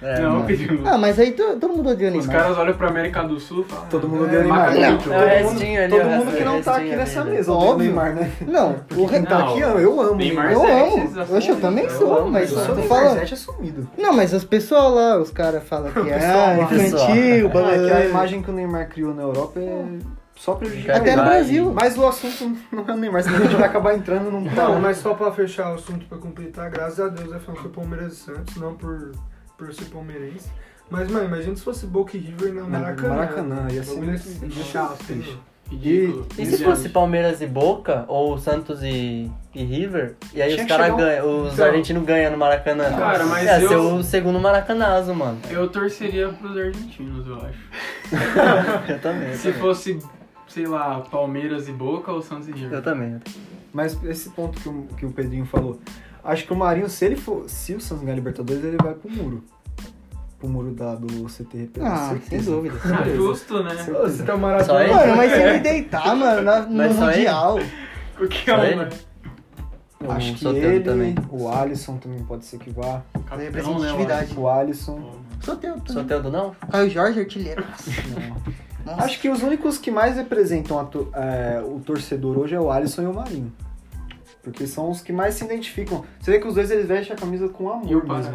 S4: É,
S2: não,
S4: mano.
S2: pediu.
S5: Ah, mas aí to- todo mundo odeia o
S2: Os
S5: Neymar.
S2: caras olham pra América do Sul e falam.
S1: Todo
S2: "Ah,
S1: mundo
S3: É,
S1: odeia o Neymar.
S5: não,
S1: todo
S4: é
S1: mundo,
S4: restinho ali,
S1: todo
S4: ó,
S1: mundo que não tá
S4: restinho
S1: aqui nessa
S4: ainda.
S1: mesa, odeia o
S5: Óbvio.
S1: Neymar, né?
S5: Não, o re...
S1: Quem tá
S2: Não,
S1: aqui, eu, eu amo.
S2: Neymar
S5: Eu
S2: Zé,
S5: amo.
S2: esses assuntos,
S5: Oxe, eu também
S2: eu
S5: sou,
S4: amo,
S5: mas
S4: eu
S5: eu tô
S4: amo.
S5: falando.
S1: é sumido.
S5: Não, mas os pessoal lá, os caras falam que
S1: pessoal
S5: ah,
S1: lá.
S5: infantil,
S1: Ah, é que
S5: babá.
S1: a imagem que o Neymar criou na Europa é só prejudicar
S5: Até
S1: ele.
S5: no
S4: Vai.
S5: Brasil.
S1: Mas o assunto não é o Neymar, senão a gente vai acabar entrando num
S3: Não,
S1: tal.
S3: mas só pra fechar o assunto pra completar, graças a Deus vai falar que o Palmeiras e Santos, não por, por eu ser palmeirense. Mas, mano, imagina se fosse Boca e River na
S1: No
S3: Maracanã.
S1: Maracanã, ia ser
S3: Bagulho
S1: muito-
S3: assim,
S1: ia ser
S3: chato,
S1: muito triste.
S3: né?
S2: Ridículo.
S4: E se fosse Palmeiras e Boca, ou Santos e, e River, e aí
S1: Tinha
S4: os
S1: que
S4: caras
S1: chegar um-
S4: ganham, os
S3: Então.
S4: argentinos ganham no Maracanã.
S2: Cara, mas
S4: Ia ser
S2: eu-
S4: o segundo Maracanazo, mano.
S2: Eu torceria pros argentinos, eu acho.
S4: Eu também.
S2: Se fosse, sei lá, Palmeiras e Boca ou Santos e
S4: Eu
S2: River.
S4: também.
S1: Mas esse ponto que o, que o Pedrinho falou, acho que o Marinho, se ele for. Se o Santos ganhar a Libertadores, ele vai pro muro. Pro muro da, do CTRP.
S5: Ah, sem
S1: certeza.
S5: dúvida.
S2: Ah, justo, né?
S1: Certeza.
S3: Ô, Você tá
S4: Só
S3: Maracanã.
S4: ele?
S5: Mano, mas se ele deitar, mano, na- no
S4: Mas só ele?
S5: Mundial.
S2: O que é uma...
S4: Sério? Eu
S1: Acho que
S4: Soteldo
S1: ele,
S4: também.
S1: o Alisson também pode ser que vá.
S2: Capitão, né, eu acho.
S5: Representatividade.
S1: O Alisson.
S5: Soteldo também.
S4: Soteldo não?
S5: Caio Jorge, artilheiro.
S1: não.
S5: Nossa.
S1: Acho que os únicos que mais representam a to- é, o torcedor hoje é o Alisson e o Marinho. Porque são os que mais se identificam. Você vê que os dois eles vestem a camisa com amor
S2: E o
S1: mesmo.
S2: Pará.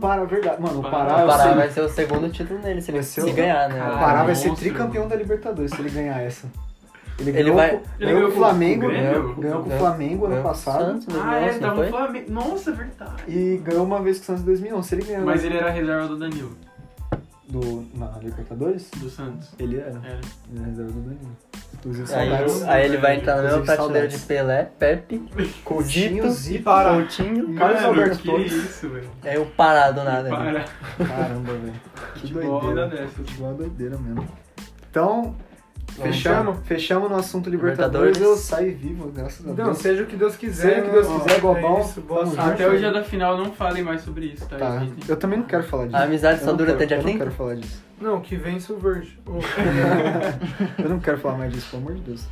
S1: Para, verdade. Mano, o
S2: Pará.
S1: Pará,
S4: O
S1: Ah, eu
S4: Pará
S1: sei-
S4: vai ser o segundo título nele, se ele
S1: Vai ser
S4: se
S1: o-
S4: ganhar, né?
S2: Cara,
S1: O Pará vai ser
S2: monstro.
S1: tricampeão da Libertadores se ele ganhar essa. Ele,
S4: Ele
S1: ganhou,
S4: vai-
S1: com-
S2: Ele
S1: ganhou
S2: ganhou
S1: com o
S2: com o
S1: Flamengo, né?
S2: Grêmio?
S1: ganhou com o
S4: Ganhou-
S1: Flamengo ano
S4: Ganhou
S1: passado
S4: Santos,
S2: Ah,
S4: 2011,
S2: é,
S4: não
S2: tava
S4: foi?
S2: no Flamengo. Nossa, é verdade.
S1: e ganhou uma vez com o Santos em 2011. Se ele ganhou
S2: Mas ele era reserva do Danilo,
S1: do, na Libertadores,
S2: do Santos.
S1: ele era.
S2: É.
S1: Ele era reserva do Danilo. Inclusive,
S4: Aí,
S1: saudades.
S4: aí ele vai entrar na mesma
S1: Inclusive,
S4: prateleira
S1: saudades.
S4: de Pelé, Pepe,
S1: Coutinho,
S4: Dito,
S1: Zico,
S4: Coutinho.
S1: Carlos
S2: Mano,
S1: Alberto
S2: que
S1: Torres.
S2: isso, velho.
S4: E aí o Pará do nada.
S1: né?
S4: ali.
S2: Para.
S1: Caramba, velho. Que
S2: Futebol
S1: doideira.
S2: da dessa.
S1: Futebol é doideira mesmo. Então,
S4: Vamos
S1: fechamos, fechamos no assunto Libertadores.
S4: então. Libertadores.
S1: Eu saí vivo, graças a
S3: Não,
S1: Deus.
S3: seja o que Deus quiser.
S1: Seja o que Deus quiser,
S3: é
S1: Bobão.
S3: isso, boa
S1: Tamo
S3: sorte.
S2: Até o dia da final não falem mais sobre isso, tá?
S1: Tá,
S2: gente?
S1: eu também não quero falar disso.
S4: A amizade
S1: Eu
S4: só
S1: não
S4: dura
S1: quero-
S4: até dia
S1: Eu não
S4: 30?
S1: quero falar disso.
S3: Não, que vence o Verde. Ô,
S1: Eu não quero falar mais disso, pelo amor de Deus.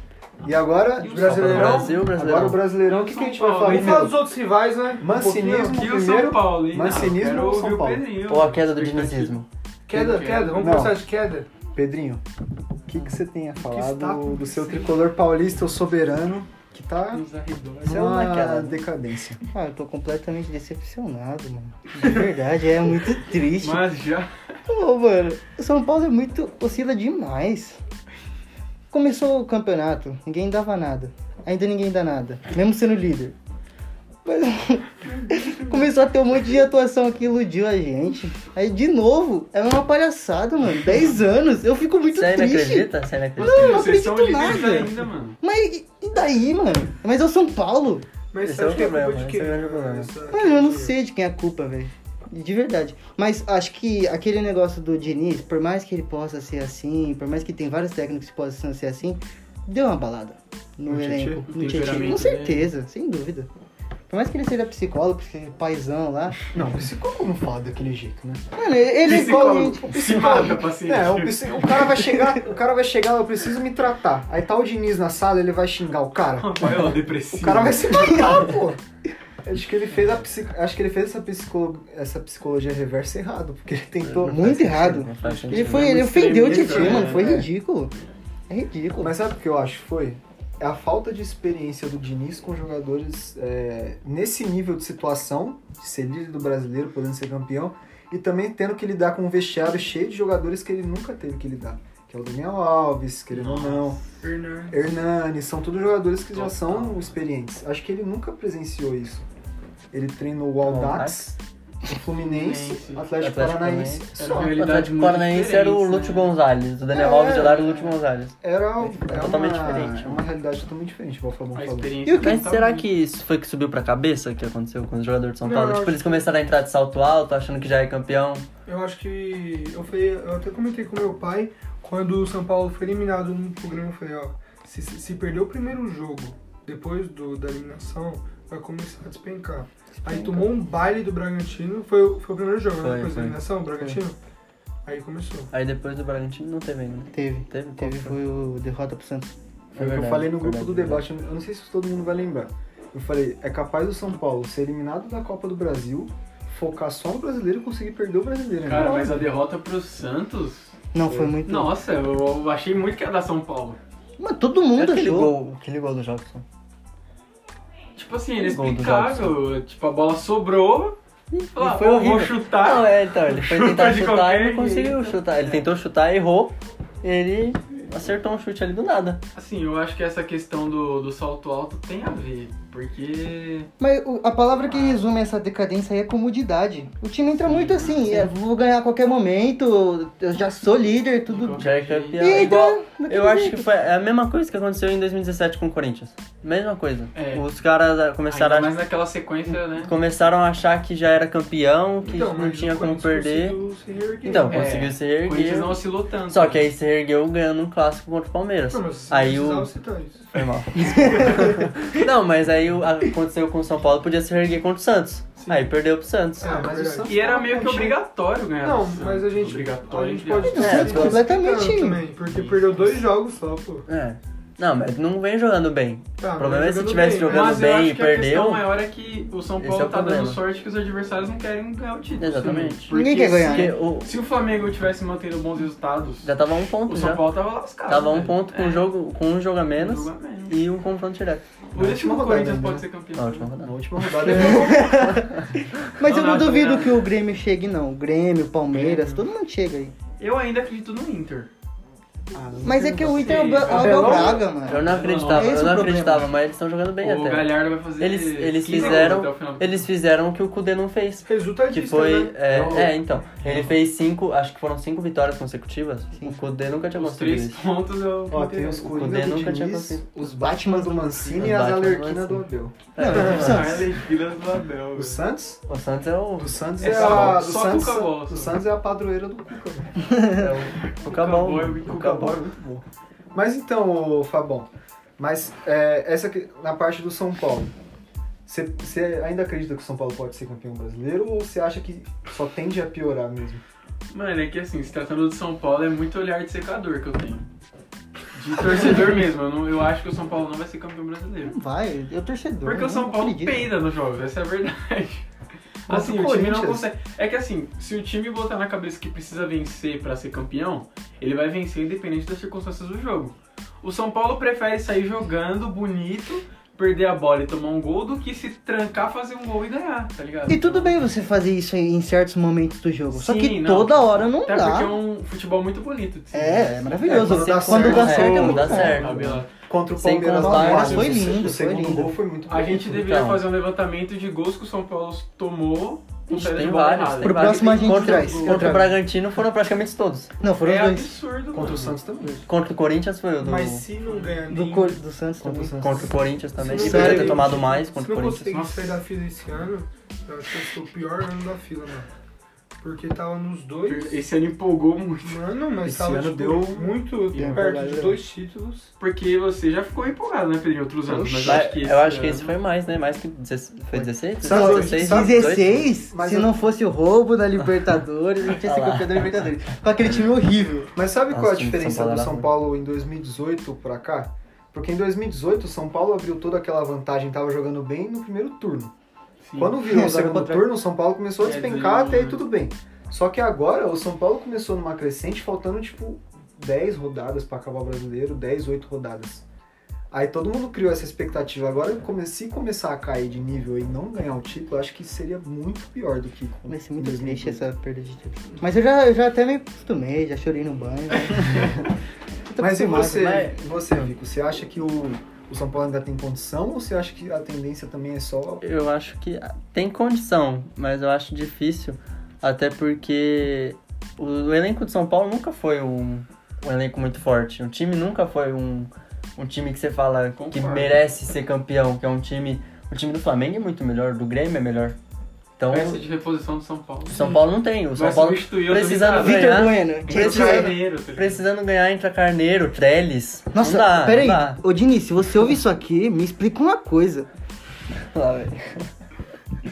S1: E agora,
S2: E o
S1: Brasileirão.
S4: Brasil, Brasileirão.
S1: Agora o Brasileirão, o que, que a gente vai falar?
S3: Vamos falar dos
S1: primeiro?
S3: outros rivais, né?
S1: Mancinismo.
S3: pouquinho.
S2: E o
S1: Primeiro,
S2: São Paulo, hein?
S1: mancinismo
S2: Não, quero
S1: ou São
S2: ouvir o
S1: Paulo?
S2: Pedrinho.
S4: Ou a queda do
S2: Expectativa.
S4: dinizismo.
S3: Queda, queda. Vamos
S1: Não.
S3: começar de queda.
S1: Pedrinho, o que, que você tem a falar
S3: está
S1: do, do seu
S3: acontecendo?
S1: tricolor paulista, o soberano, que tá
S2: Nos arredores.
S4: Sei lá,
S1: numa
S4: cara.
S1: decadência?
S5: Ah, eu tô completamente decepcionado, mano. De verdade, é muito triste.
S2: Mas já.
S5: Ô, mano, o São Paulo é muito. oscila demais. Começou o campeonato, ninguém dava nada. Ainda ninguém dá nada, mesmo sendo líder. Mas, começou a ter um monte de atuação que iludiu a gente. Aí, de novo, é uma palhaçada, mano. 10 anos, eu fico muito
S4: Você ainda
S5: triste.
S4: acredita? Você ainda acredita?
S5: Não, não
S2: Vocês
S5: acredito
S2: são líderes
S5: nada.
S2: ainda, mano.
S5: Mas e- e daí, mano? Mas é o São Paulo.
S3: Mas
S4: Esse
S3: sabe
S4: é o
S3: que culpa
S4: problema,
S3: de
S4: esse é o grande
S3: quem?
S4: problema.
S3: Essa-
S5: Mano, eu não sei de quem é a culpa, velho. De verdade. Mas acho que aquele negócio do Diniz, por mais que ele possa ser assim, por mais que tem vários técnicos que possam ser assim, deu uma balada no,
S1: No Tietê?
S5: elenco.
S2: No
S5: No Tietchan. Com
S2: temperamento
S5: certeza, sem dúvida. Por mais que ele seja psicólogo, seja paizão lá.
S1: Não, psicólogo não fala daquele jeito, né?
S5: Mano, ele é igual a gente.
S2: Psicólogo. Se mata, paciente.
S1: É, o, psi- o cara vai chegar, o cara vai chegar, eu preciso me tratar. Aí tá o Diniz na sala, ele vai xingar o cara.
S2: Vai lá, depressivo.
S1: O cara vai se matar, pô. Acho que ele fez a psi- acho que ele fez essa, psicolo- essa psicologia reversa errado, porque ele tentou.
S5: Muito errado.
S4: né? Não faz sentido.
S5: Ele foi, ele ofendeu o
S2: extremista,
S5: Tietchan,
S2: né?
S5: mano. Foi
S1: É.
S5: ridículo. É ridículo.
S1: Mas sabe o que eu acho? que Foi É a falta de experiência do Diniz com jogadores é, nesse nível de situação, de ser líder do brasileiro, podendo ser campeão, e também tendo que lidar com um vestiário cheio de jogadores que ele nunca teve que lidar. Que é o Daniel Alves, querendo ou não,
S3: Fernandes.
S1: Hernani, são todos jogadores que já
S2: Total.
S1: são experientes. Acho que ele nunca presenciou isso. Ele treinou o Aldax, o Fluminense,
S2: Fluminense,
S1: o Atlético,
S4: Atlético É
S1: Paranaense.
S2: Era
S1: Só.
S2: uma
S4: O
S2: realidade
S4: Atlético
S2: muito
S4: Paranaense era o
S2: diferente,
S4: Lúcio
S2: né?
S4: Gonzalez. O Daniel
S1: É.
S4: Alves era o Lúcio Gonzalez.
S1: Era
S4: É
S1: é
S4: totalmente
S1: uma,
S4: diferente. né?
S1: É uma realidade totalmente diferente, igual o Fabão
S2: A
S1: falou.
S2: experiência
S4: E o que?
S2: não
S4: Mas
S2: tá
S4: será
S2: muito.
S4: que isso foi que subiu pra cabeça que aconteceu com os jogadores de São
S3: Não,
S4: Paulo?
S3: eu
S4: tipo,
S3: acho
S4: eles começaram a entrar de salto alto, achando que já é campeão.
S3: Eu acho que. Eu, falei, eu até comentei com meu pai quando o São Paulo foi eliminado no programa. Eu falei, ó, se, se se perder o primeiro jogo depois do, da eliminação, vai começar a despencar. Aí tomou um baile do Bragantino, foi, o- foi o primeiro jogo, né?
S4: Foi,
S3: depois
S4: foi.
S3: da eliminação, o Bragantino. Aí começou.
S4: Aí depois do Bragantino não teve ainda.
S5: Teve.
S4: Teve?
S5: Teve
S4: Qual foi?
S5: foi o derrota pro Santos.
S4: É
S1: Foi o que
S4: verdade,
S1: eu falei no grupo
S4: verdade,
S1: do debate, eu não sei se todo mundo vai lembrar. Eu falei, é capaz do São Paulo ser eliminado da Copa do Brasil, focar só no brasileiro e conseguir perder o brasileiro. né?
S2: Cara,
S1: Não,
S2: mas a derrota pro Santos.
S5: Não, foi muito.
S2: Nossa, eu, eu achei muito que ia dar São Paulo.
S5: Mas todo
S4: É
S5: mundo
S4: aquele
S5: achou.
S4: gol, aquele gol do Jobson.
S2: Tipo assim,
S4: Gol do
S2: inexplicável. Tipo, a bola sobrou. Fala, pô, vou chutar.
S4: Não, é, então, ele foi
S2: Chuta
S4: tentar
S2: de
S4: chutar
S2: qualquer
S4: e não conseguiu
S2: jeito.
S4: chutar. Ele tentou chutar, errou, ele acertou um chute ali do nada.
S2: Assim, eu acho que essa questão do, do salto alto tem a ver, porque.
S5: Mas o- a palavra que resume essa decadência aí é comodidade. O time entra muito assim, é, vou ganhar a qualquer momento, eu já sou líder, tudo.
S4: Já é campeão.
S5: E então,
S4: Igual- Eu acho que foi a mesma coisa que aconteceu em 2017 com o Corinthians. Mesma coisa.
S2: É.
S4: Os caras começaram
S2: Ainda
S4: a
S2: mais naquela sequência, né? começaram
S4: começaram a achar que já era campeão, que
S3: Então,
S4: não
S3: mas
S4: tinha
S3: o
S4: como
S3: Corinthians
S4: perder.
S3: conseguiu se reerguer,
S4: Então,
S3: né?
S2: É,
S4: conseguiu se
S2: O Corinthians
S4: erguer.
S2: não oscilou tanto.
S4: Só que aí se ergueu ganhando um clássico contra o Palmeiras.
S3: Não, mas
S4: aí
S3: precisava
S4: o.
S3: citar isso.
S4: Foi mal. não, mas aí o- aconteceu com o São Paulo, podia se erguer contra o Santos. Aí perdeu pro Santos.
S3: Ah,
S1: mas o
S3: verdade.
S1: Santos-
S2: é E era meio que obrigatório ganhar.
S3: Não,
S2: do Santos.
S3: mas a gente,
S2: Obrigatório,
S3: a gente
S2: entre
S3: pode
S2: aspas.
S5: É, completamente.
S3: também, porque perdeu dois jogos só, pô.
S4: É. Não, mas não vem jogando bem.
S3: Tá,
S4: O problema é
S3: mas
S4: se
S3: jogando
S4: tivesse
S3: bem,
S4: jogando
S2: Mas eu
S4: bem
S2: acho
S4: e
S2: que a questão
S4: perdeu.
S2: maior é que o São
S4: Esse
S2: Paulo
S4: é o
S2: tá dando
S4: problema.
S2: sorte que os adversários não querem ganhar o título.
S4: Exatamente.
S2: Porque
S5: Ninguém quer ganhar. né?
S4: Porque o,
S2: Se, se o Flamengo tivesse mantendo bons resultados,
S4: já tava um
S2: o
S4: ponto
S2: São
S4: já.
S2: Paulo tava lascado.
S4: Tava um
S2: velho.
S4: ponto com,
S2: É,
S4: um jogo, com um jogo a
S2: um
S4: menos
S2: jogo a menos.
S4: e um confronto direto.
S2: Por isso que
S1: última
S2: o
S1: rodada
S2: Corinthians
S1: ainda,
S2: pode
S1: né?
S2: ser campeão.
S4: Na última rodada.
S1: Na última rodada.
S5: Mas
S2: Não,
S5: eu não
S2: não,
S5: duvido
S2: não.
S5: que o Grêmio chegue, não. Grêmio, Palmeiras, todo mundo chega aí.
S2: Eu ainda acredito no Inter.
S1: Ah, não
S5: Mas é
S1: tem
S5: que o
S2: sei.
S5: Inter é o Bra- é o
S1: Abelão-
S5: Abel Braga,
S4: Eu
S5: mano.
S4: não acreditava,
S5: Não, é esse
S4: eu
S5: o
S4: não
S5: problema.
S4: acreditava, mas eles estão jogando bem
S2: o
S4: até.
S2: Galhardo vai fazer
S4: Eles, eles
S2: 15 gols
S4: fizeram,
S2: até o final.
S4: eles fizeram o que o Kudê não fez.
S3: Resultadista,
S4: Que foi.
S3: né?
S4: É,
S2: Não.
S4: é, então. Ele fez cinco, acho que foram cinco vitórias consecutivas. O Kudê nunca tinha
S2: Os
S4: conseguido
S2: três
S4: isso.
S2: pontos eu...
S1: Ó, tem os Coringa
S4: Kudê
S1: do
S4: nunca tinha
S1: Diniz,
S4: conseguido.
S1: os Batman do Mancini
S4: Os
S1: e as
S4: Batman do
S1: Alerquinas do
S4: Mancini.
S1: Abel.
S5: Não, é o Santos.
S2: Filas do Abel.
S1: O Santos?
S4: O Santos é o.
S1: O Santos
S2: É
S1: é,
S2: só-
S1: a...
S2: só
S1: do Santos,
S2: Cuca Bola,
S1: do
S2: só.
S1: Santos é a padroeira do Cuca.
S4: É o. O Cabal.
S2: Boy, o
S4: O
S2: Cuca Boy.
S4: Cabal.
S1: Muito bom. Mas então, ô, Fabão, mas é, essa que- na parte do São Paulo, você você ainda acredita que o São Paulo pode ser campeão brasileiro ou você acha que só tende a piorar mesmo?
S2: Mano, é que assim, se tratando de São Paulo, é muito olhar de secador que eu tenho. De torcedor mesmo. Eu, não- eu acho que o São Paulo não vai ser campeão brasileiro.
S5: Não vai, eu torcedor.
S2: Porque o
S5: eu
S2: São
S5: não
S2: Paulo
S5: acredito.
S2: peida nos jogos, essa é a verdade.
S1: Mas
S2: Assim,
S1: o
S2: o time não
S1: Corinthians-
S2: consegue. É que assim, se o time botar na cabeça que precisa vencer pra ser campeão, ele vai vencer independente das circunstâncias do jogo. O São Paulo prefere sair jogando bonito, perder a bola e tomar um gol do que se trancar, fazer um gol e ganhar, tá ligado?
S5: E tudo bem você fazer isso em certos momentos do jogo. só
S2: Sim,
S5: que
S2: não.
S5: toda hora não
S2: Até porque é
S5: dá.
S2: um futebol muito bonito. de se ver.
S5: É, é maravilhoso.
S1: É, quando dá
S5: quando dá
S1: certo,
S5: certo é
S1: é,
S5: muito
S4: dá
S5: bom.
S4: certo.
S2: Fabiola,
S1: Contra o
S4: Sem
S1: Palmeiras no
S4: contar,
S1: Allianz,
S5: foi
S1: o se-
S5: lindo,
S1: o segundo
S5: foi lindo.
S1: gol foi muito
S2: A gente
S1: bonito.
S2: deveria
S4: Então.
S2: fazer um levantamento de gols que o São Paulo tomou com saída
S4: Tem
S2: de bola
S4: vários.
S2: errada.
S4: tem
S5: Pro
S4: vários.
S5: próximo a gente
S4: Contra-
S5: traz, eu
S4: Contra o
S5: trago.
S4: Bragantino foram praticamente todos.
S5: Não, foram
S2: É
S5: os dois.
S2: absurdo,
S1: Contra o
S2: mano.
S1: Santos também.
S4: Contra o Corinthians foi o do.
S3: Mas se não ganhar
S5: Do,
S3: nem...
S5: Cor- do Santos
S1: Contra o
S5: também.
S1: Santos.
S4: Contra o Corinthians
S3: se
S4: também.
S3: não
S4: E podia ter
S3: ganhar-
S4: tomado mais
S3: se
S4: contra o
S3: não
S4: Corinthians.
S3: conseguir
S2: Nossa.
S3: sair da fila esse ano, eu acho que esse foi o pior ano da fila, mano. Porque tava nos dois...
S2: Esse ano empolgou muito.
S3: Mano, mas
S1: Esse
S3: tava,
S1: ano
S3: tipo,
S1: deu-
S3: muito
S1: deu
S3: perto
S1: galera.
S3: de dois títulos.
S2: Porque você já ficou empolgado, né, Pedrinho, outros anos. Mas eu
S4: Mas
S2: acho que esse,
S4: eu acho que
S2: ano-
S4: esse foi mais, né? Mais que. deze- Foi 16?
S1: Sabe-
S4: 16?
S1: sabe-
S5: 16,
S1: Mas
S5: se
S1: eu-
S5: não fosse o roubo da Libertadores, não tinha sido
S4: Ah lá.
S5: campeão da Libertadores. Com aquele time horrível.
S1: Mas sabe
S4: Nossa,
S1: qual é a
S4: o time do
S1: diferença
S4: São Paulo
S1: do
S4: era
S1: São
S4: ruim.
S1: Paulo em 2018 pra cá? Porque em 2018 o São Paulo abriu toda aquela vantagem, tava jogando bem no primeiro turno.
S2: Sim.
S1: Quando virou
S5: É,
S1: o
S5: só que ao
S1: segundo
S5: contrário.
S1: turno, o São Paulo começou a
S2: É,
S1: despencar,
S2: desanimou,
S1: até aí
S2: né?
S1: tudo bem. Só que agora o São Paulo começou numa crescente, faltando tipo 10 rodadas pra acabar o brasileiro, 10, 8 rodadas. Aí todo mundo criou essa expectativa. Agora, come- se começar a cair de nível e não ganhar o título, eu acho que seria muito pior do que. com-
S5: Vai ser
S1: em
S5: muito triste é
S1: 2012.
S5: essa perda de tempo. Mas eu já, eu já até me acostumei, já chorei no banho. Eu tô
S1: Mas e
S5: acostumado,
S1: você,
S5: mas-
S1: você, Vico? Você acha que o, o São Paulo ainda tem condição ou você acha que a tendência também é só.
S4: Eu acho que tem condição, mas eu acho difícil, até porque o, o elenco de São Paulo nunca foi um, um elenco muito forte. O time nunca foi um, um time que você fala que
S2: Concordo.
S4: merece ser campeão, que é um time. O time do Flamengo é muito melhor, do Grêmio é melhor. Então,
S2: Peça de reposição do São Paulo.
S4: o São Paulo não tem. O São
S2: Vai
S4: Paulo
S2: substituir o
S1: Tá
S4: precisando
S2: Vitor
S1: né?
S5: Vitor
S4: ganhar.
S5: Bueno.
S2: Entra o
S4: Precisa-
S2: Carneiro, tá ligado?
S4: Precisando ganhar entre Carneiro, Trellis.
S5: Nossa,
S4: não dá, não
S5: peraí.
S4: dá.
S5: Ô, Diniz, se você ouve isso aqui, me explica uma coisa.
S4: Lá, velho.
S1: Ah, tá.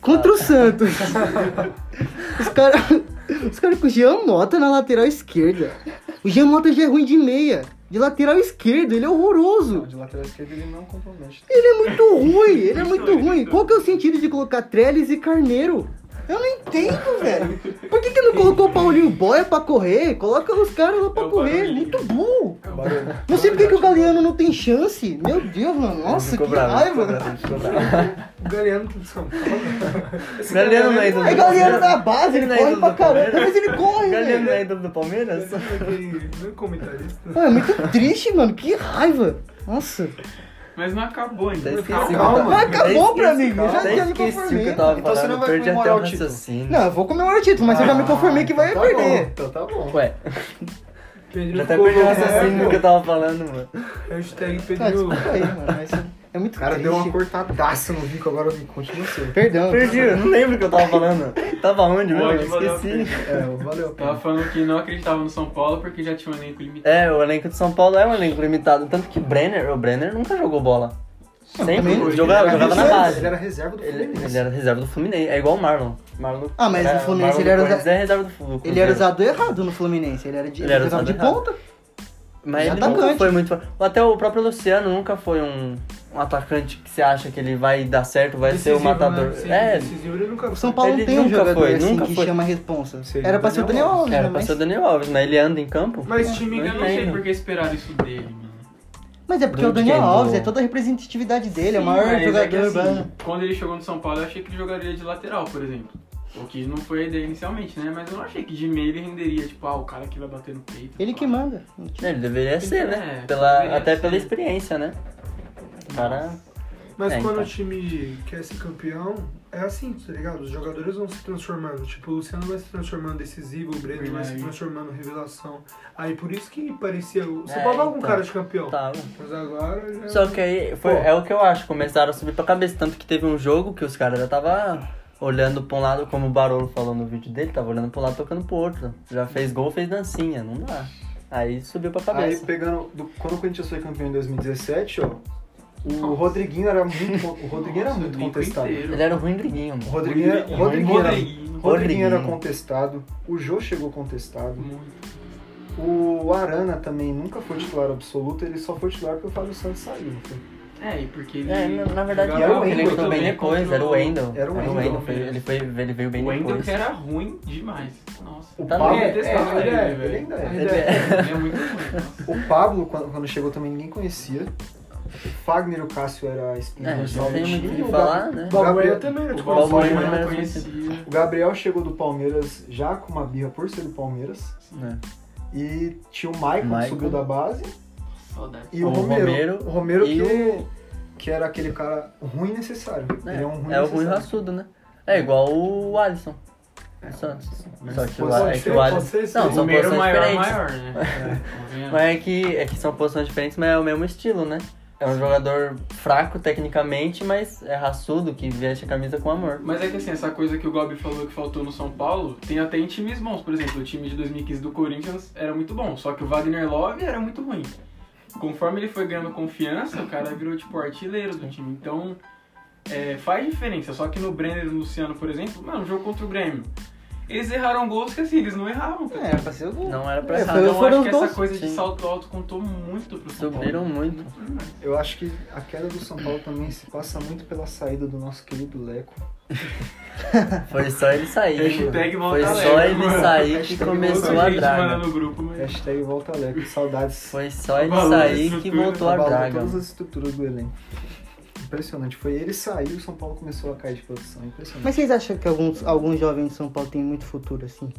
S5: Contra o Santos. Os caras os cara com o Jean Mota na lateral esquerda. O Jean Mota já é ruim de meia. De lateral esquerdo, ele é horroroso.
S1: De lateral esquerdo ele não compromete.
S5: Ele é muito ruim, ele é muito ruim. Qual que é o sentido de colocar Trellis e Carneiro? Eu não entendo, velho. Por que, que não colocou o Paulinho Boia pra correr? Coloca os caras lá pra
S2: É o É
S5: correr.
S2: barulhinho.
S5: Muito burro.
S1: Barulho.
S5: Não sei por que que o Galeano não tem chance. Meu Deus, mano. Nossa, que
S4: Ficou bravo, ficou
S5: raiva.
S4: bravo, ficou bravo.
S3: O Galeano do São Paulo.
S1: Esse
S4: Galeano não é ídolo
S5: É
S4: do
S5: Galeano
S4: Palmeiras?
S5: da base, ele
S4: Não é
S5: corre
S4: ídolo
S5: pra
S4: do
S5: caramba,
S4: Palmeiras?
S5: mas ele corre,
S4: Galeano não é
S5: velho.
S4: ídolo do Palmeiras?
S3: Não é comentarista.
S5: Pô, É muito triste, mano. Que raiva. Nossa.
S2: Mas não acabou ainda.
S4: Até esqueci
S2: Calma,
S4: o que eu
S1: calma.
S4: tava-
S1: Mas
S5: acabou pra mim, eu já-
S4: até
S5: já me
S4: esqueci o que
S5: conformei.
S4: eu tava
S1: Então você
S4: falando,
S1: não vai
S4: perdi até
S1: comemorar
S4: o
S1: o título.
S4: raciocínio.
S5: Não, eu vou comemorar o título, mas eu já me conformei que
S4: Ah,
S5: vai
S1: tá Bom,
S5: perder.
S1: então tá bom.
S4: Ué,
S3: Pedro
S4: já até
S3: ficou
S4: perdi o
S3: louco,
S4: raciocínio
S3: né,
S4: do que eu tava falando, mano.
S3: pô? Hashtag
S5: Tá,
S3: Pedro.
S5: desculpa aí, mano. Mas é muito
S1: O cara
S5: triste.
S1: deu uma cortadaça no Vico, agora o Vico continua assim. seu.
S5: Perdão.
S4: Perdi, eu não lembro o que eu tava falando. Tava onde, mano?
S2: Pode,
S4: Eu
S2: valeu a
S4: esqueci.
S1: É, valeu.
S2: Tava falando que não acreditava no São Paulo porque já tinha um elenco limitado.
S4: É, o elenco de São Paulo é um elenco limitado. Tanto que Brenner, o Brenner nunca jogou bola. Sempre
S5: também-
S4: jogava, jogava na
S1: Ele
S4: base.
S1: era reserva do
S4: Ele,
S1: Fluminense.
S4: ele era reserva do Fluminense, é igual o Marlon. Marlon
S5: Ah, mas no Fluminense ele era
S4: do Corinthians,
S5: usa-
S4: é reserva do Fluminense.
S5: Ele era usado errado no Fluminense. Ele era de,
S4: Ele era
S5: jogava de
S4: usado errado.
S5: ponta.
S4: Mas ele
S5: Atacante.
S4: nunca foi muito. forte. Até o próprio Luciano nunca foi um, um atacante que você acha que ele vai dar certo, vai ser o
S3: Decisivo,
S4: matador.
S3: né? Sim,
S4: É,
S3: decisivo, ele nunca
S5: O São Paulo
S4: Ele
S5: não tem um
S4: nunca
S5: jogador
S4: foi,
S5: assim
S4: nunca
S5: que
S4: foi.
S5: chama a responsa.
S1: Seria
S5: era pra ser o Daniel Alves,
S4: era
S5: né?
S4: pra
S5: Mas,
S4: ser o Daniel Alves, mas ele anda em campo.
S3: Mas time
S2: Eu
S3: ganhou.
S2: não sei
S4: entendo.
S2: porque esperaram isso dele, mano.
S5: mas é porque
S4: Do
S5: o Daniel
S4: quem? Do-
S5: Alves é toda a representatividade dele, é o
S2: Sim,
S5: maior
S2: mas é
S5: jogador né?
S2: que, assim,
S5: urbano.
S2: Quando ele chegou no São Paulo, eu achei que ele jogaria de lateral, por exemplo. O que não foi a ideia inicialmente, né? Mas eu não achei que de meio ele renderia, tipo, ah, o cara que vai bater no peito.
S5: Ele que
S2: manda.
S5: manda.
S4: É, Ele deveria ser, né?
S2: É,
S4: Pela,
S2: deveria
S4: até
S2: ser.
S4: pela experiência, né? O cara.
S3: Mas
S4: É,
S3: quando
S4: então.
S3: o time quer ser campeão, é assim, tá ligado? Os jogadores vão se transformando. Tipo, o Luciano vai se transformando em decisivo, o Breno vai se
S2: Verdade.
S3: transformando em revelação. Aí por isso que parecia. O São
S4: É,
S3: Paulo tava com
S4: então.
S3: Um cara de campeão.
S4: Tava.
S3: Mas agora já.
S4: Só que aí foi,
S3: Pô.
S4: é o que eu acho, começaram a subir pra cabeça. Tanto que teve um jogo que os caras já tava olhando pra um lado, como o Barolo falou no vídeo dele, tava olhando pra um lado tocando pro outro. Já fez gol, fez dancinha, não dá. Aí subiu pra
S1: Aí
S4: cabeça.
S1: pegando. do- quando o Corinthians foi campeão em 2017, ó, o Rodriguinho era muito. co- O Rodriguinho era muito contestado.
S5: é
S4: Ele era o Rodriguinho,
S1: O
S4: mano.
S1: Rodriguinho, era- o Rodriguinho, era, o
S2: Rodriguinho.
S1: Rodriguinho era
S4: Rodriguinho.
S1: contestado. O Jô chegou contestado.
S2: Muito.
S1: O Arana também nunca foi titular absoluto, ele só foi titular porque o Fábio Santos saiu. não foi?
S2: É, e porque ele.
S4: É, na, na verdade,
S1: Jogava
S4: era o
S1: bem,
S4: ele entrou
S1: jogou
S4: bem
S2: bem
S4: depois,
S2: contra
S4: era o
S2: o-
S4: Wendel.
S1: Era o
S4: Era o
S1: Wendel,
S4: Wendel, foi- ele, foi, ele veio bem
S2: O Wendel
S4: depois.
S2: que era ruim demais. Nossa.
S1: O
S4: Tá
S1: Pablo,
S4: bem,
S1: é,
S2: testado,
S1: ele é,
S2: velho.
S1: ele ainda é.
S4: Ele é-
S2: Ele é muito ruim. nossa.
S1: O Pablo, quando, quando chegou, também ninguém conhecia. O Fagner e o Cássio era a espinha
S4: É,
S1: dorsal
S4: não tem
S1: do
S4: muito o que
S1: time. O
S4: falar,
S1: Gab-
S4: né?
S1: o Gabriel,
S3: Gabriel também era
S2: O
S3: de
S1: tipo,
S2: Valmor
S4: Valmor
S2: eu
S4: era
S2: não conhecia.
S1: o Gabriel chegou do Palmeiras já com uma birra por ser do Palmeiras.
S4: É.
S1: E tinha o Maicon que
S4: Maicon.
S1: subiu da base.
S2: Saudade.
S1: E o,
S4: O
S1: Romero.
S4: Romero
S1: O Romero
S4: e
S1: que, que era aquele cara ruim necessário. Ele é um ruim
S4: É o
S1: necessário. É,
S4: ruim raçudo, né? É igual o Alisson. O Santos. Só que o,
S1: pode
S4: é
S1: ser,
S4: que o
S3: pode
S4: Alisson.
S3: ser, sim.
S4: Não,
S2: O
S4: são
S2: Romero
S4: posições
S2: maior,
S4: diferentes.
S2: maior, né? Convenhamos.
S4: Mas é que, é que são posições diferentes, mas é o mesmo estilo, né? É um jogador fraco tecnicamente, mas é raçudo, que veste a camisa com amor.
S2: Mas é que assim, essa coisa que o Gobi falou que faltou no São Paulo, tem até em times bons. Por exemplo, o time de 2015 do Corinthians era muito bom, só que o Wagner Love era muito ruim. Conforme ele foi ganhando confiança, o cara virou tipo artilheiro do time. Então, é, faz diferença. Só que no Brenner e no Luciano, por exemplo, mano, o jogo contra o Grêmio. Eles erraram gols que assim, eles não erravam. tá
S5: É, era pra ser o gol.
S4: Não era pra
S5: É,
S4: errar.
S5: foi-
S2: então, eu
S5: foram
S2: acho que
S5: os
S2: essa
S5: gols,
S2: coisa de
S4: sim.
S2: salto alto contou muito pro São Paulo.
S4: Subiram muito.
S1: Eu acho que a queda do São Paulo também se passa muito pela saída do nosso querido Leco.
S4: Foi só ele sair. mano.
S2: Hashtag volta
S4: Foi só
S2: alegre,
S4: ele
S2: mano.
S4: sair que
S1: Hashtag
S4: começou
S1: volta
S4: a
S2: Muita gente manda
S4: draga.
S2: no grupo, mas...
S1: Hashtag volta alegre, saudades.
S4: Foi só ele
S2: Abalou a
S4: sair que
S2: estrutura,
S4: voltou a
S1: Abalou
S4: draga.
S1: todas as estruturas do elenco. Impressionante. Foi ele sair e o São Paulo começou a cair de produção. Impressionante.
S5: Mas vocês acham que alguns, alguns jovens de São Paulo têm muito futuro, assim?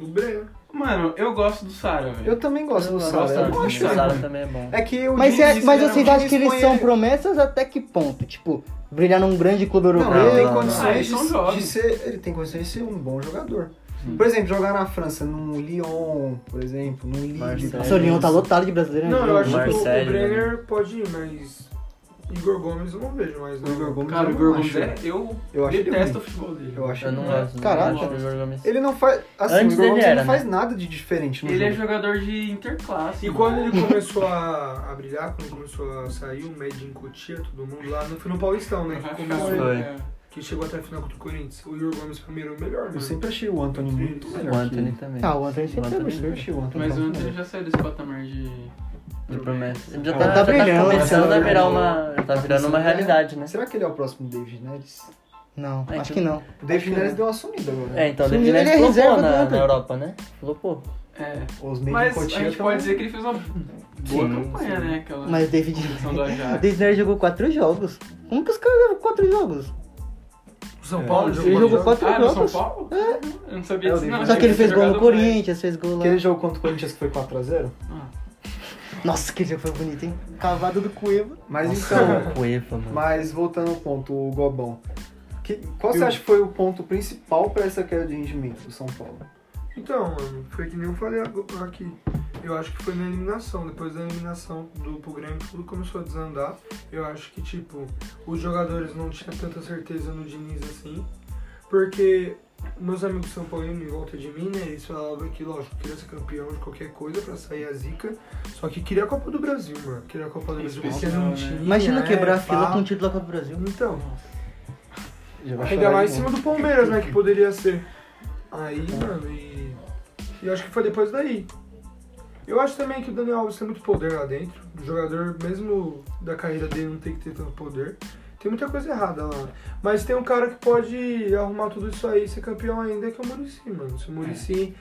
S3: O Breno.
S2: Mano, eu gosto do Sara, velho.
S1: Eu também gosto do
S4: Eu
S1: Sara.
S4: gosto
S1: eu
S4: muito,
S1: acho
S4: o
S1: ele
S4: Sara
S1: ruim.
S4: também é bom.
S1: É que o
S5: Mas,
S1: Diniz,
S5: cê- mas
S1: cara,
S5: vocês
S1: o
S5: acham que
S1: Diniz
S5: eles
S1: põe
S5: são
S1: ele-
S5: promessas até que ponto? Tipo, brilhar num grande clube
S1: Não,
S5: europeu?
S1: ele tem
S4: não, não.
S2: Ah,
S1: condições
S2: eles são
S1: de- de,
S2: jovens.
S1: ser. Ele tem condições de ser um bom jogador.
S2: Sim.
S1: Por exemplo, jogar na França, num Lyon, por exemplo, num Lille.
S4: Marcelo.
S5: Nossa, o Lyon tá lotado de brasileiro. né?
S3: Não, eu acho que o- o
S4: então, Marcelo, né?
S3: Brenner pode ir, mas Igor Gomes eu não vejo mais. né?
S1: O Igor
S3: Não.
S1: Gomes,
S2: Cara, o
S1: eu
S2: Igor
S1: não
S2: Gomes
S1: acho. né?
S2: é... Eu,
S1: Eu acho ele
S2: detesto o
S1: ruim.
S2: futebol dele.
S1: Eu acho
S4: Eu
S1: ele
S4: não
S1: ruim.
S4: gosto.
S5: Caraca.
S4: Não gosto do Igor Gomes.
S1: É, Ele não faz. Assim,
S4: Antes
S1: o Igor
S4: dele
S1: Gomes
S4: era,
S1: não faz
S4: né?
S1: nada de diferente no
S2: Ele é
S1: jogo.
S2: jogador de interclasse. né?
S3: E quando ele começou a, a brilhar, quando começou a sair o Med em Cotia, todo mundo lá, não foi no Paulistão, né?
S2: Vai
S3: Que,
S2: ficar-
S3: começou,
S4: Foi.
S2: é.
S3: que chegou até a final contra o Corinthians. O Igor Gomes primeiro é o melhor, né?
S1: Eu sempre achei o Anthony muito melhor.
S4: O Anthony
S1: que...
S4: também.
S5: Ah, o Antônio sempre
S4: Antony
S5: foi
S1: Eu achei o Anthony.
S2: é Mas o
S1: muito
S2: Antônio
S1: melhor.
S2: já saiu desse patamar de...
S4: De promessa. Ele já
S1: Tá
S4: tá, já tá
S5: brilhando,
S4: começando
S1: tá
S4: a virar
S1: brilhando.
S4: uma. já Tá virando uma realidade, né?
S1: Será que ele é o próximo David Neres?
S5: Não,
S4: É,
S5: acho
S4: então-
S5: que não.
S1: O David
S5: que
S1: Neres
S5: é.
S1: deu uma sumida agora.
S4: É, então,
S5: Sim,
S4: ele,
S5: ele é
S4: flopou
S5: reserva do
S4: na,
S5: Antony.
S4: na Europa, né? Flopou.
S2: É.
S1: Os
S2: Mas a
S1: Cotia
S2: gente
S1: também.
S2: pode dizer que ele fez uma boa
S4: Sim,
S2: campanha,
S4: sim.
S2: né? Aquela
S5: Mas David.
S2: seleção do Ajax.
S5: David Neres jogou quatro jogos. Como que os caras levam quatro jogos?
S3: O São
S1: É.
S3: Paulo
S5: Ele jogou
S3: jogou
S5: quatro
S2: Ah, no São
S5: jogos.
S2: Paulo? Eu não sabia
S1: É,
S2: disso,
S1: o
S2: não.
S1: David
S5: Só que ele fez gol no
S2: Jogador mais.
S5: Corinthians, fez gol lá.
S1: Aquele jogo contra o Corinthians que foi 4x0.
S2: Ah,
S5: Nossa, que jogo foi bonito, hein? Cavado do Cueva.
S1: Mas então,
S4: Nossa, Cueva, mano.
S1: mas voltando ao ponto, o Gobão. Que, qual você acha que foi o ponto principal pra essa queda de rendimento do São Paulo?
S3: Então, mano, foi que nem eu falei ag- aqui. Eu acho que foi na eliminação. Depois da eliminação do pro Grêmio, tudo começou a desandar. Eu acho que, tipo, os jogadores não tinham tanta certeza no Diniz assim. Porque meus amigos São Paulino em volta de mim, né? Eles falavam que, lógico, queria ser campeão de qualquer coisa pra sair a zica. Só que queria a Copa do Brasil, mano. Queria a Copa do Brasil porque
S2: Especial,
S3: não
S2: né?
S3: tinha.
S5: Imagina
S3: é,
S5: quebrar a fila
S3: pá.
S5: com o título da Copa do Brasil.
S3: Então,
S1: Já vai
S3: ainda
S1: chorar
S3: mais em
S1: de
S3: cima
S1: novo. Tá.
S3: do Palmeiras, né? Que poderia ser. Aí, mano, e. E eu acho que foi depois daí. Eu acho também que o Daniel Alves tem muito poder lá dentro. O jogador, mesmo da carreira dele, não tem que ter tanto poder. Tem muita coisa errada lá. Mas tem um cara que pode arrumar tudo isso aí e ser campeão ainda, que é o Murici, mano. Se o Murici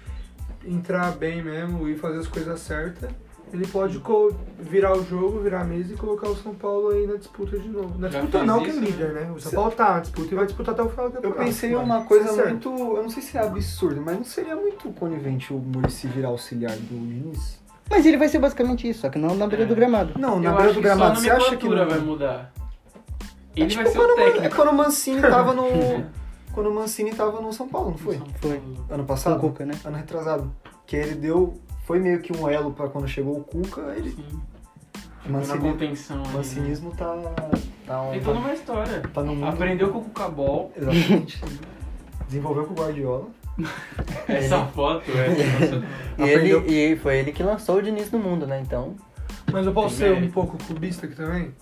S1: É.
S3: entrar bem mesmo e fazer as coisas certas, ele pode co- virar o jogo, virar a mesa e colocar o São Paulo aí na disputa de novo. Na
S2: Já
S3: disputa
S2: fez
S3: não, que é
S2: isso,
S3: líder,
S2: né?
S3: né? O São Paulo tá na disputa e vai disputar até o
S1: Eu
S3: final da
S5: Ah,
S3: temporada.
S1: pensei em
S3: Vai.
S1: uma coisa
S3: Certo.
S1: muito. Eu não sei se é absurdo, mas não seria muito conivente o Murici virar auxiliar do Diniz?
S5: Mas ele vai ser basicamente isso, só que não na beira
S2: É.
S5: do gramado.
S1: Não, na
S2: eu
S1: beira
S2: acho
S1: do
S2: que
S1: gramado,
S2: só a
S1: você acha que.
S2: nomenclatura
S1: não-
S2: vai mudar. Ele
S1: tipo
S2: vai ser
S1: quando,
S2: o técnico.
S1: É quando o Mancini tava no. quando o Mancini tava no São Paulo, não foi?
S5: Foi.
S1: Ano
S5: Com o
S1: passado?
S5: Cuca, né?
S1: Ano retrasado. Que ele deu. Foi meio que um elo pra quando chegou o Cuca, ele.
S2: Sim. Na
S1: Mancini,
S2: contenção.
S1: o
S2: ali, né?
S1: mancinismo tá. Tá,
S4: Então,
S1: um,
S2: Tem toda uma história.
S1: tá no mundo.
S2: Aprendeu com o Cucabol.
S1: Exatamente. Desenvolveu com o Guardiola.
S2: Essa foto é sensacional.
S4: E,
S1: Aprendeu.
S4: ele, e foi ele que lançou o Diniz no mundo, né? Então.
S3: Mas eu posso
S2: Tem
S3: ser um
S2: mérito.
S3: pouco cubista aqui também?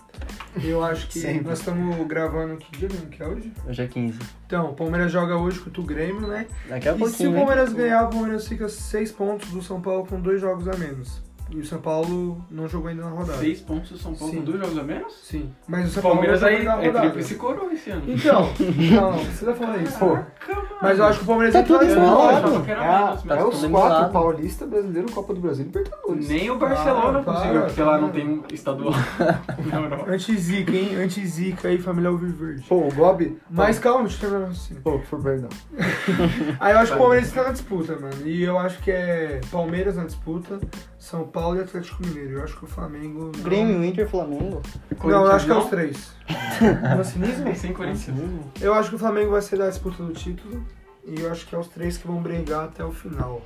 S3: Eu acho que
S1: Sempre.
S3: nós estamos gravando que dia mesmo que é hoje?
S4: Hoje é 15.
S3: Então, o Palmeiras joga hoje contra o Grêmio, né?
S4: Daqui a
S3: e se o
S4: pouquinho. hein?
S3: Palmeiras ganhar, o Palmeiras fica 6 pontos do São Paulo com dois jogos a menos. E o São Paulo não jogou ainda na rodada.
S2: Seis pontos do São Paulo
S3: Sim.
S2: com dois jogos a menos?
S3: Sim. Mas o
S2: O
S3: São Paulo
S2: Palmeiras
S3: não
S2: aí
S3: jogou ainda
S2: é
S3: na rodada.
S2: tríplice coroa esse ano.
S3: Então, não, não precisa falar isso.
S2: Caraca, mano.
S3: Mas eu acho que o Palmeiras é
S5: Tá
S3: entra
S5: tudo
S3: nessa.
S5: bem.
S2: Não, eu
S5: Claro.
S2: achava que
S1: É,
S2: era um
S1: a-
S2: menos, mas
S1: é os
S4: tudo
S1: quatro:
S4: misturado.
S1: Paulista, Brasileiro, Copa do Brasil e Libertadores.
S2: Nem o Barcelona
S3: Para,
S2: conseguiu, porque lá
S3: para.
S2: não tem um estadual na Europa.
S3: Anti-zica, hein? Anti-zica aí, família
S2: Tá.
S3: Alviverde.
S1: Pô, o Gob.
S3: Mas calma, deixa eu terminar o raciocínio.
S1: Pô, por perdão.
S3: Aí eu acho que o Palmeiras tá na disputa, mano. E eu acho que é Palmeiras na disputa, São Paulo e Atlético Mineiro. Eu acho que o Flamengo. não-
S5: Grêmio, Inter, Flamengo.
S3: Não, eu acho que é os três.
S2: Mancinismo? Sem Corinthians.
S3: Eu acho que o Flamengo vai ser da disputa do título. E eu acho que é os três que vão brigar até o final.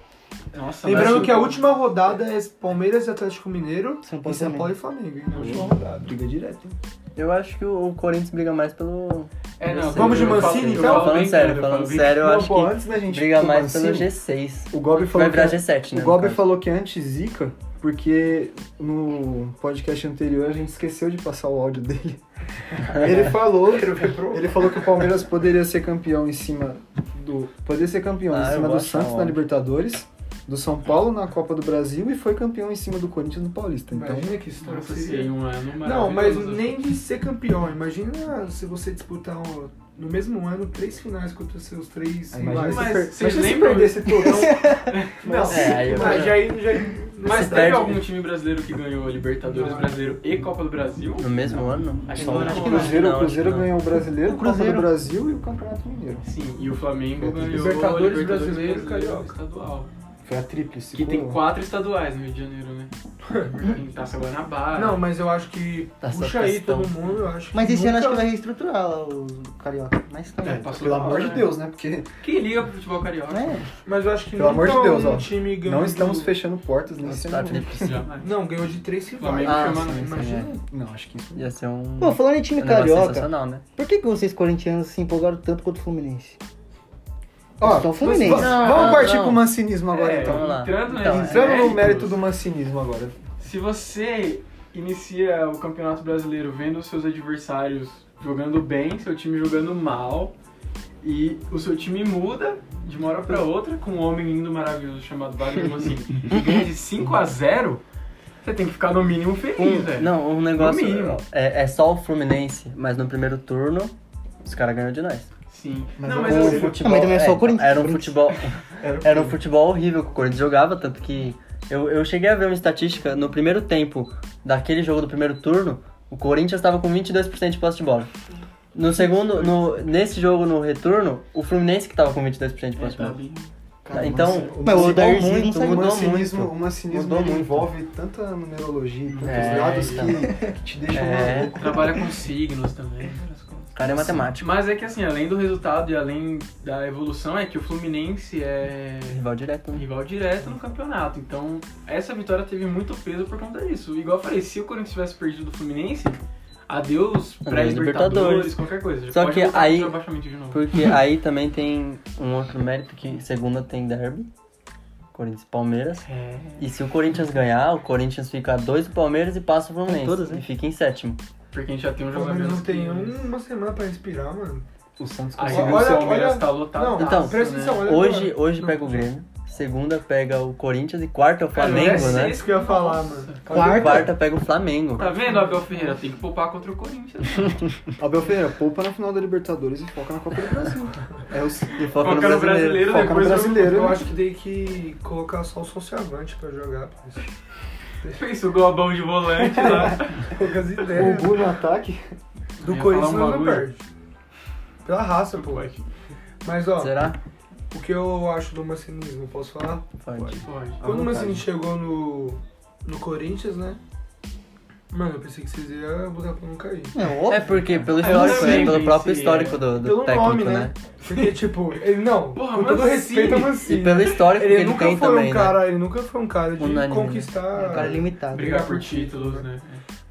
S2: Nossa,
S3: Lembrando
S2: mas-
S3: que a última rodada é Palmeiras e Atlético Mineiro.
S5: São
S3: E
S5: Paulo
S3: São
S5: também.
S3: Paulo e Flamengo. hein,
S1: Uhum.
S3: Na última rodada.
S1: Briga direto. hein?
S4: Eu acho que o, o Corinthians briga mais pelo.
S2: É, não.
S4: Vamos
S2: quando
S3: de
S2: eu falo-
S3: Mancini,
S2: eu
S3: então?
S2: falo
S4: Falando
S2: bem
S4: sério,
S2: eu
S4: falando
S2: falo bem-
S4: sério, eu
S1: Não,
S4: acho
S1: pô,
S4: que
S1: antes da gente
S4: briga
S1: tomar
S4: mais pelo
S1: cinco,
S4: G6.
S1: O Gob Tipo falou
S4: Vai virar
S1: que- é
S4: G7, né?
S1: O
S4: no
S1: Gob
S4: caso.
S1: falou que é anti-zica, porque no podcast anterior a gente esqueceu de passar o áudio dele. Ele falou, ele falou que o Palmeiras poderia ser campeão em cima do, poderia ser campeão
S4: Ah,
S1: em
S4: eu
S1: cima
S4: vou
S1: do
S4: achar
S1: Santos
S4: um
S1: na
S4: áudio.
S1: Libertadores do São Paulo na Copa do Brasil e foi campeão em cima do Corinthians no Paulista. Então,
S3: Imagina que história
S2: Nossa,
S3: seria.
S2: seria um ano maravilhoso. assim.
S3: Não, mas nem de ser campeão. Imagina se você disputar um- no mesmo ano três finais contra os seus três
S1: Aí imagina
S3: rivais.
S1: se
S2: Mas
S1: per-
S2: vocês
S1: imagina se
S2: lembram-
S1: perder esse tornão.
S3: Não,
S4: É, aí eu-
S3: mas já aí já.
S2: Mas
S4: Você
S2: teve
S4: perde-
S2: algum time brasileiro que ganhou a Libertadores
S3: Não.
S2: Brasileiro e Copa do Brasil?
S4: No mesmo ano?
S2: Acho
S4: Só
S2: que
S4: um?
S2: não, acho
S1: O
S2: que
S1: Cruzeiro,
S4: Não,
S1: o
S4: acho
S1: Cruzeiro
S4: que não.
S1: ganhou o Brasileiro,
S5: O
S1: o Copa
S5: Cruzeiro.
S1: do Brasil e o Campeonato Mineiro.
S2: Sim, e o Flamengo ganhou
S3: Libertadores,
S2: a
S3: Brasileiro, Carioca.
S2: estadual. Tipo,
S1: Foi a tríplice.
S2: Que tem
S1: coroa.
S2: quatro estaduais no Rio de Janeiro, né? Tem Taça tá
S1: Ah.
S2: Guanabara.
S3: Não, mas eu acho que
S4: Tá essa
S3: puxa aí
S4: questão.
S3: todo mundo. Eu acho
S5: Mas
S3: que
S5: esse ano acho que
S3: nunca-
S5: vai reestruturar lá o Carioca. Mas tá.
S2: É,
S5: É,
S2: passou
S1: Pelo
S2: mal,
S1: amor de
S2: né?
S1: Deus, né? Porque
S2: Quem liga pro futebol carioca?
S5: né?
S3: Mas eu acho que
S1: Pelo amor de
S3: nunca
S1: Deus,
S3: um
S1: ó.
S3: time ganhou.
S1: não estamos fechando portas nem
S4: Nossa,
S1: sendo
S4: tá
S1: ruim.
S4: tríplice.
S2: Jamais.
S3: Não, ganhou de três rivais.
S2: Flamengo
S4: Ah,
S2: chama-
S4: sim,
S3: Imagina.
S4: sim,
S1: um- Não, acho que isso.
S4: é. Ia ser um,
S5: Pô, falando em
S4: um
S5: time
S4: negócio
S5: carioca,
S4: sensacional, né?
S5: por que, que vocês corintianos se empolgaram tanto quanto o Fluminense?
S1: Ó,
S5: Só o Fluminense.
S1: Vamos,
S4: Então, Não,
S1: vamos
S4: não,
S1: partir
S4: não.
S1: pro mancinismo agora,
S2: É,
S1: então.
S4: vamos lá.
S2: Entrando, né,
S4: Então,
S1: Entrando
S2: méritos,
S1: no mérito do mancinismo agora.
S2: Se você inicia o Campeonato Brasileiro vendo os seus adversários jogando bem, seu time jogando mal, e o seu time muda de uma hora pra outra com um homem lindo maravilhoso chamado Wagner assim, ganha de 5 a 0 você tem que ficar no mínimo feliz,
S4: Um,
S2: velho.
S4: não, um negócio.
S2: No mínimo.
S4: É, é só o Fluminense, mas no primeiro turno os caras ganham de nós.
S2: Sim.
S1: Mas
S2: não,
S1: é
S2: mas
S1: bom,
S2: assim,
S1: né?
S4: futebol-
S5: mas também é só o
S4: então,
S5: Corinthians.
S4: Era um futebol,
S1: Era,
S4: era um futebol horrível que o Corinthians jogava, tanto que eu, eu cheguei a ver uma estatística no primeiro tempo daquele jogo do primeiro turno, o Corinthians estava com 22% de posse de bola. No segundo, no, nesse jogo no retorno, o Fluminense que tava com 22% de
S2: é,
S3: né?
S4: posse de
S2: tá
S4: bola.
S2: bem.
S1: Cara,
S4: então,
S1: manci-
S5: Mas o
S1: manci-
S5: Odairzinho não
S4: mudou
S1: o
S5: saiu.
S4: mudou
S1: mancinismo,
S4: muito.
S1: o mancinismo
S4: Mudou
S1: ele
S4: muito.
S1: envolve tanta numerologia e tantos
S4: É,
S1: dados
S4: então.
S1: que, que te
S2: tá.
S1: deixam
S4: É.
S1: maluco.
S2: Trabalha com signos também, várias coisas.
S4: O cara é matemático.
S2: Mas é que assim, além do resultado e além da evolução, é que o Fluminense é
S4: Rival direto. né?
S2: rival direto no campeonato. Então, essa vitória teve muito peso por conta disso. Igual eu falei, se o Corinthians tivesse perdido do Fluminense, adeus pré-libertadores,
S4: Libertadores.
S2: qualquer coisa. Já
S4: Só
S2: pode
S4: que
S2: voltar pro
S4: aí-
S2: rebaixamento de novo.
S4: Porque aí também tem um outro mérito que segunda tem derby, Corinthians e Palmeiras.
S2: É.
S4: E se o Corinthians ganhar, o Corinthians fica a dois do Palmeiras e passa o Fluminense.
S5: todas, né?
S4: E fica em sétimo.
S2: Porque a gente já tem um
S3: Pelo
S2: jogo a
S3: menos
S2: menos
S3: não tem
S2: que-
S3: uma semana pra respirar, mano.
S1: O Santos
S2: Aí
S1: conseguiu.
S2: o
S3: Olha-
S2: Palmeiras
S3: olha-
S2: tá né? lotado.
S3: Não,
S4: Então,
S3: presta atenção, olha
S4: Hoje,
S3: agora.
S4: hoje
S3: Não.
S4: pega o Grêmio, segunda pega o Corinthians e quarta é o
S2: Cara,
S4: Flamengo,
S2: é
S4: né?
S2: sexto.
S3: Isso que eu ia falar, mano.
S4: E
S5: Quarta.
S4: quarta pega o Flamengo.
S2: Tá vendo, Abel Ferreira? Tem que poupar contra o Corinthians. né?
S1: Abel Ferreira, poupa na final da Libertadores e foca na Copa do Brasil. É o
S4: E foca no
S2: Foca no
S4: brasileiro.
S2: brasileiro,
S1: Foca no
S2: depois
S1: brasileiro.
S4: né?
S3: Eu acho que tem que colocar só o sociavante pra jogar. pô.
S2: Fez o Globão de volante lá.
S3: Poucas
S1: o
S3: ideias.
S1: Gugu no ataque.
S2: Eu
S3: é Do
S2: ia
S3: Corinthians
S2: falar um
S3: não
S2: bagulho. é
S3: perde. Pela raça, pô.
S2: Pode.
S3: Mas ó,
S4: Será?
S3: o que eu acho do mancinismo, posso falar?
S4: Pode.
S2: Pode.
S3: Quando
S1: vontade.
S3: o Mancini chegou no, no Corinthians, né? Mano, eu pensei que vocês iam lutar pra não cair.
S5: É óbvio.
S4: É porque pelo
S2: Eu
S4: histórico, né?
S2: também
S4: Pelo próprio
S2: pensei,
S4: histórico do, do
S3: Pelo
S4: técnico,
S3: nome, né?
S4: né?
S3: Porque, tipo, ele não.
S2: Porra,
S3: com todo
S2: Mancini.
S3: respeito ao
S4: E
S3: Mancini.
S4: pelo histórico que
S3: Ele
S4: ele
S3: nunca
S4: tem
S3: foi
S4: também,
S3: um
S4: né?
S3: cara, ele nunca foi um cara de
S4: Unânime, né?
S3: conquistar.
S5: É um cara limitado.
S2: Brigar por títulos, né?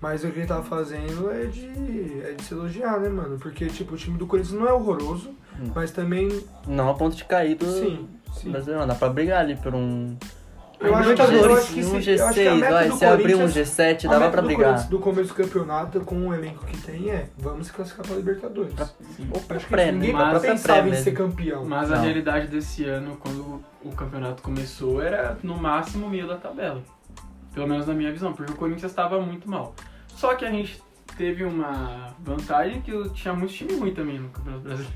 S3: Mas o que ele tava fazendo é de, é de se elogiar, né, mano? Porque, tipo, o time do Corinthians não é horroroso,
S4: Hum.
S3: mas também.
S4: Não a ponto de cair do
S3: Sim, sim.
S4: brasileiro. Dá pra brigar ali por um.
S3: Eu acho que, eu acho que,
S4: um
S3: se, eu acho que a
S4: G6,
S3: meta
S4: ó,
S3: do
S4: se abrir um
S3: Corinthians-
S4: G7,
S3: A
S4: dava
S3: meta
S4: pra
S3: do
S4: brigar.
S3: Corinthians Do começo do campeonato, com o elenco que tem, é vamos se classificar pra Libertadores.
S2: Sim.
S4: Ou pra
S3: Acho que
S4: pré, né?
S3: ninguém tá
S4: Pra
S2: mas
S4: própria pré
S3: pensava em ser
S4: mesmo.
S3: campeão.
S2: Mas a
S4: Não.
S2: realidade desse ano, quando o campeonato começou, era no máximo meio da tabela. Pelo menos na minha visão, porque o Corinthians estava muito mal. Só que a gente teve uma vantagem que eu tinha muito time ruim também no Campeonato Brasileiro.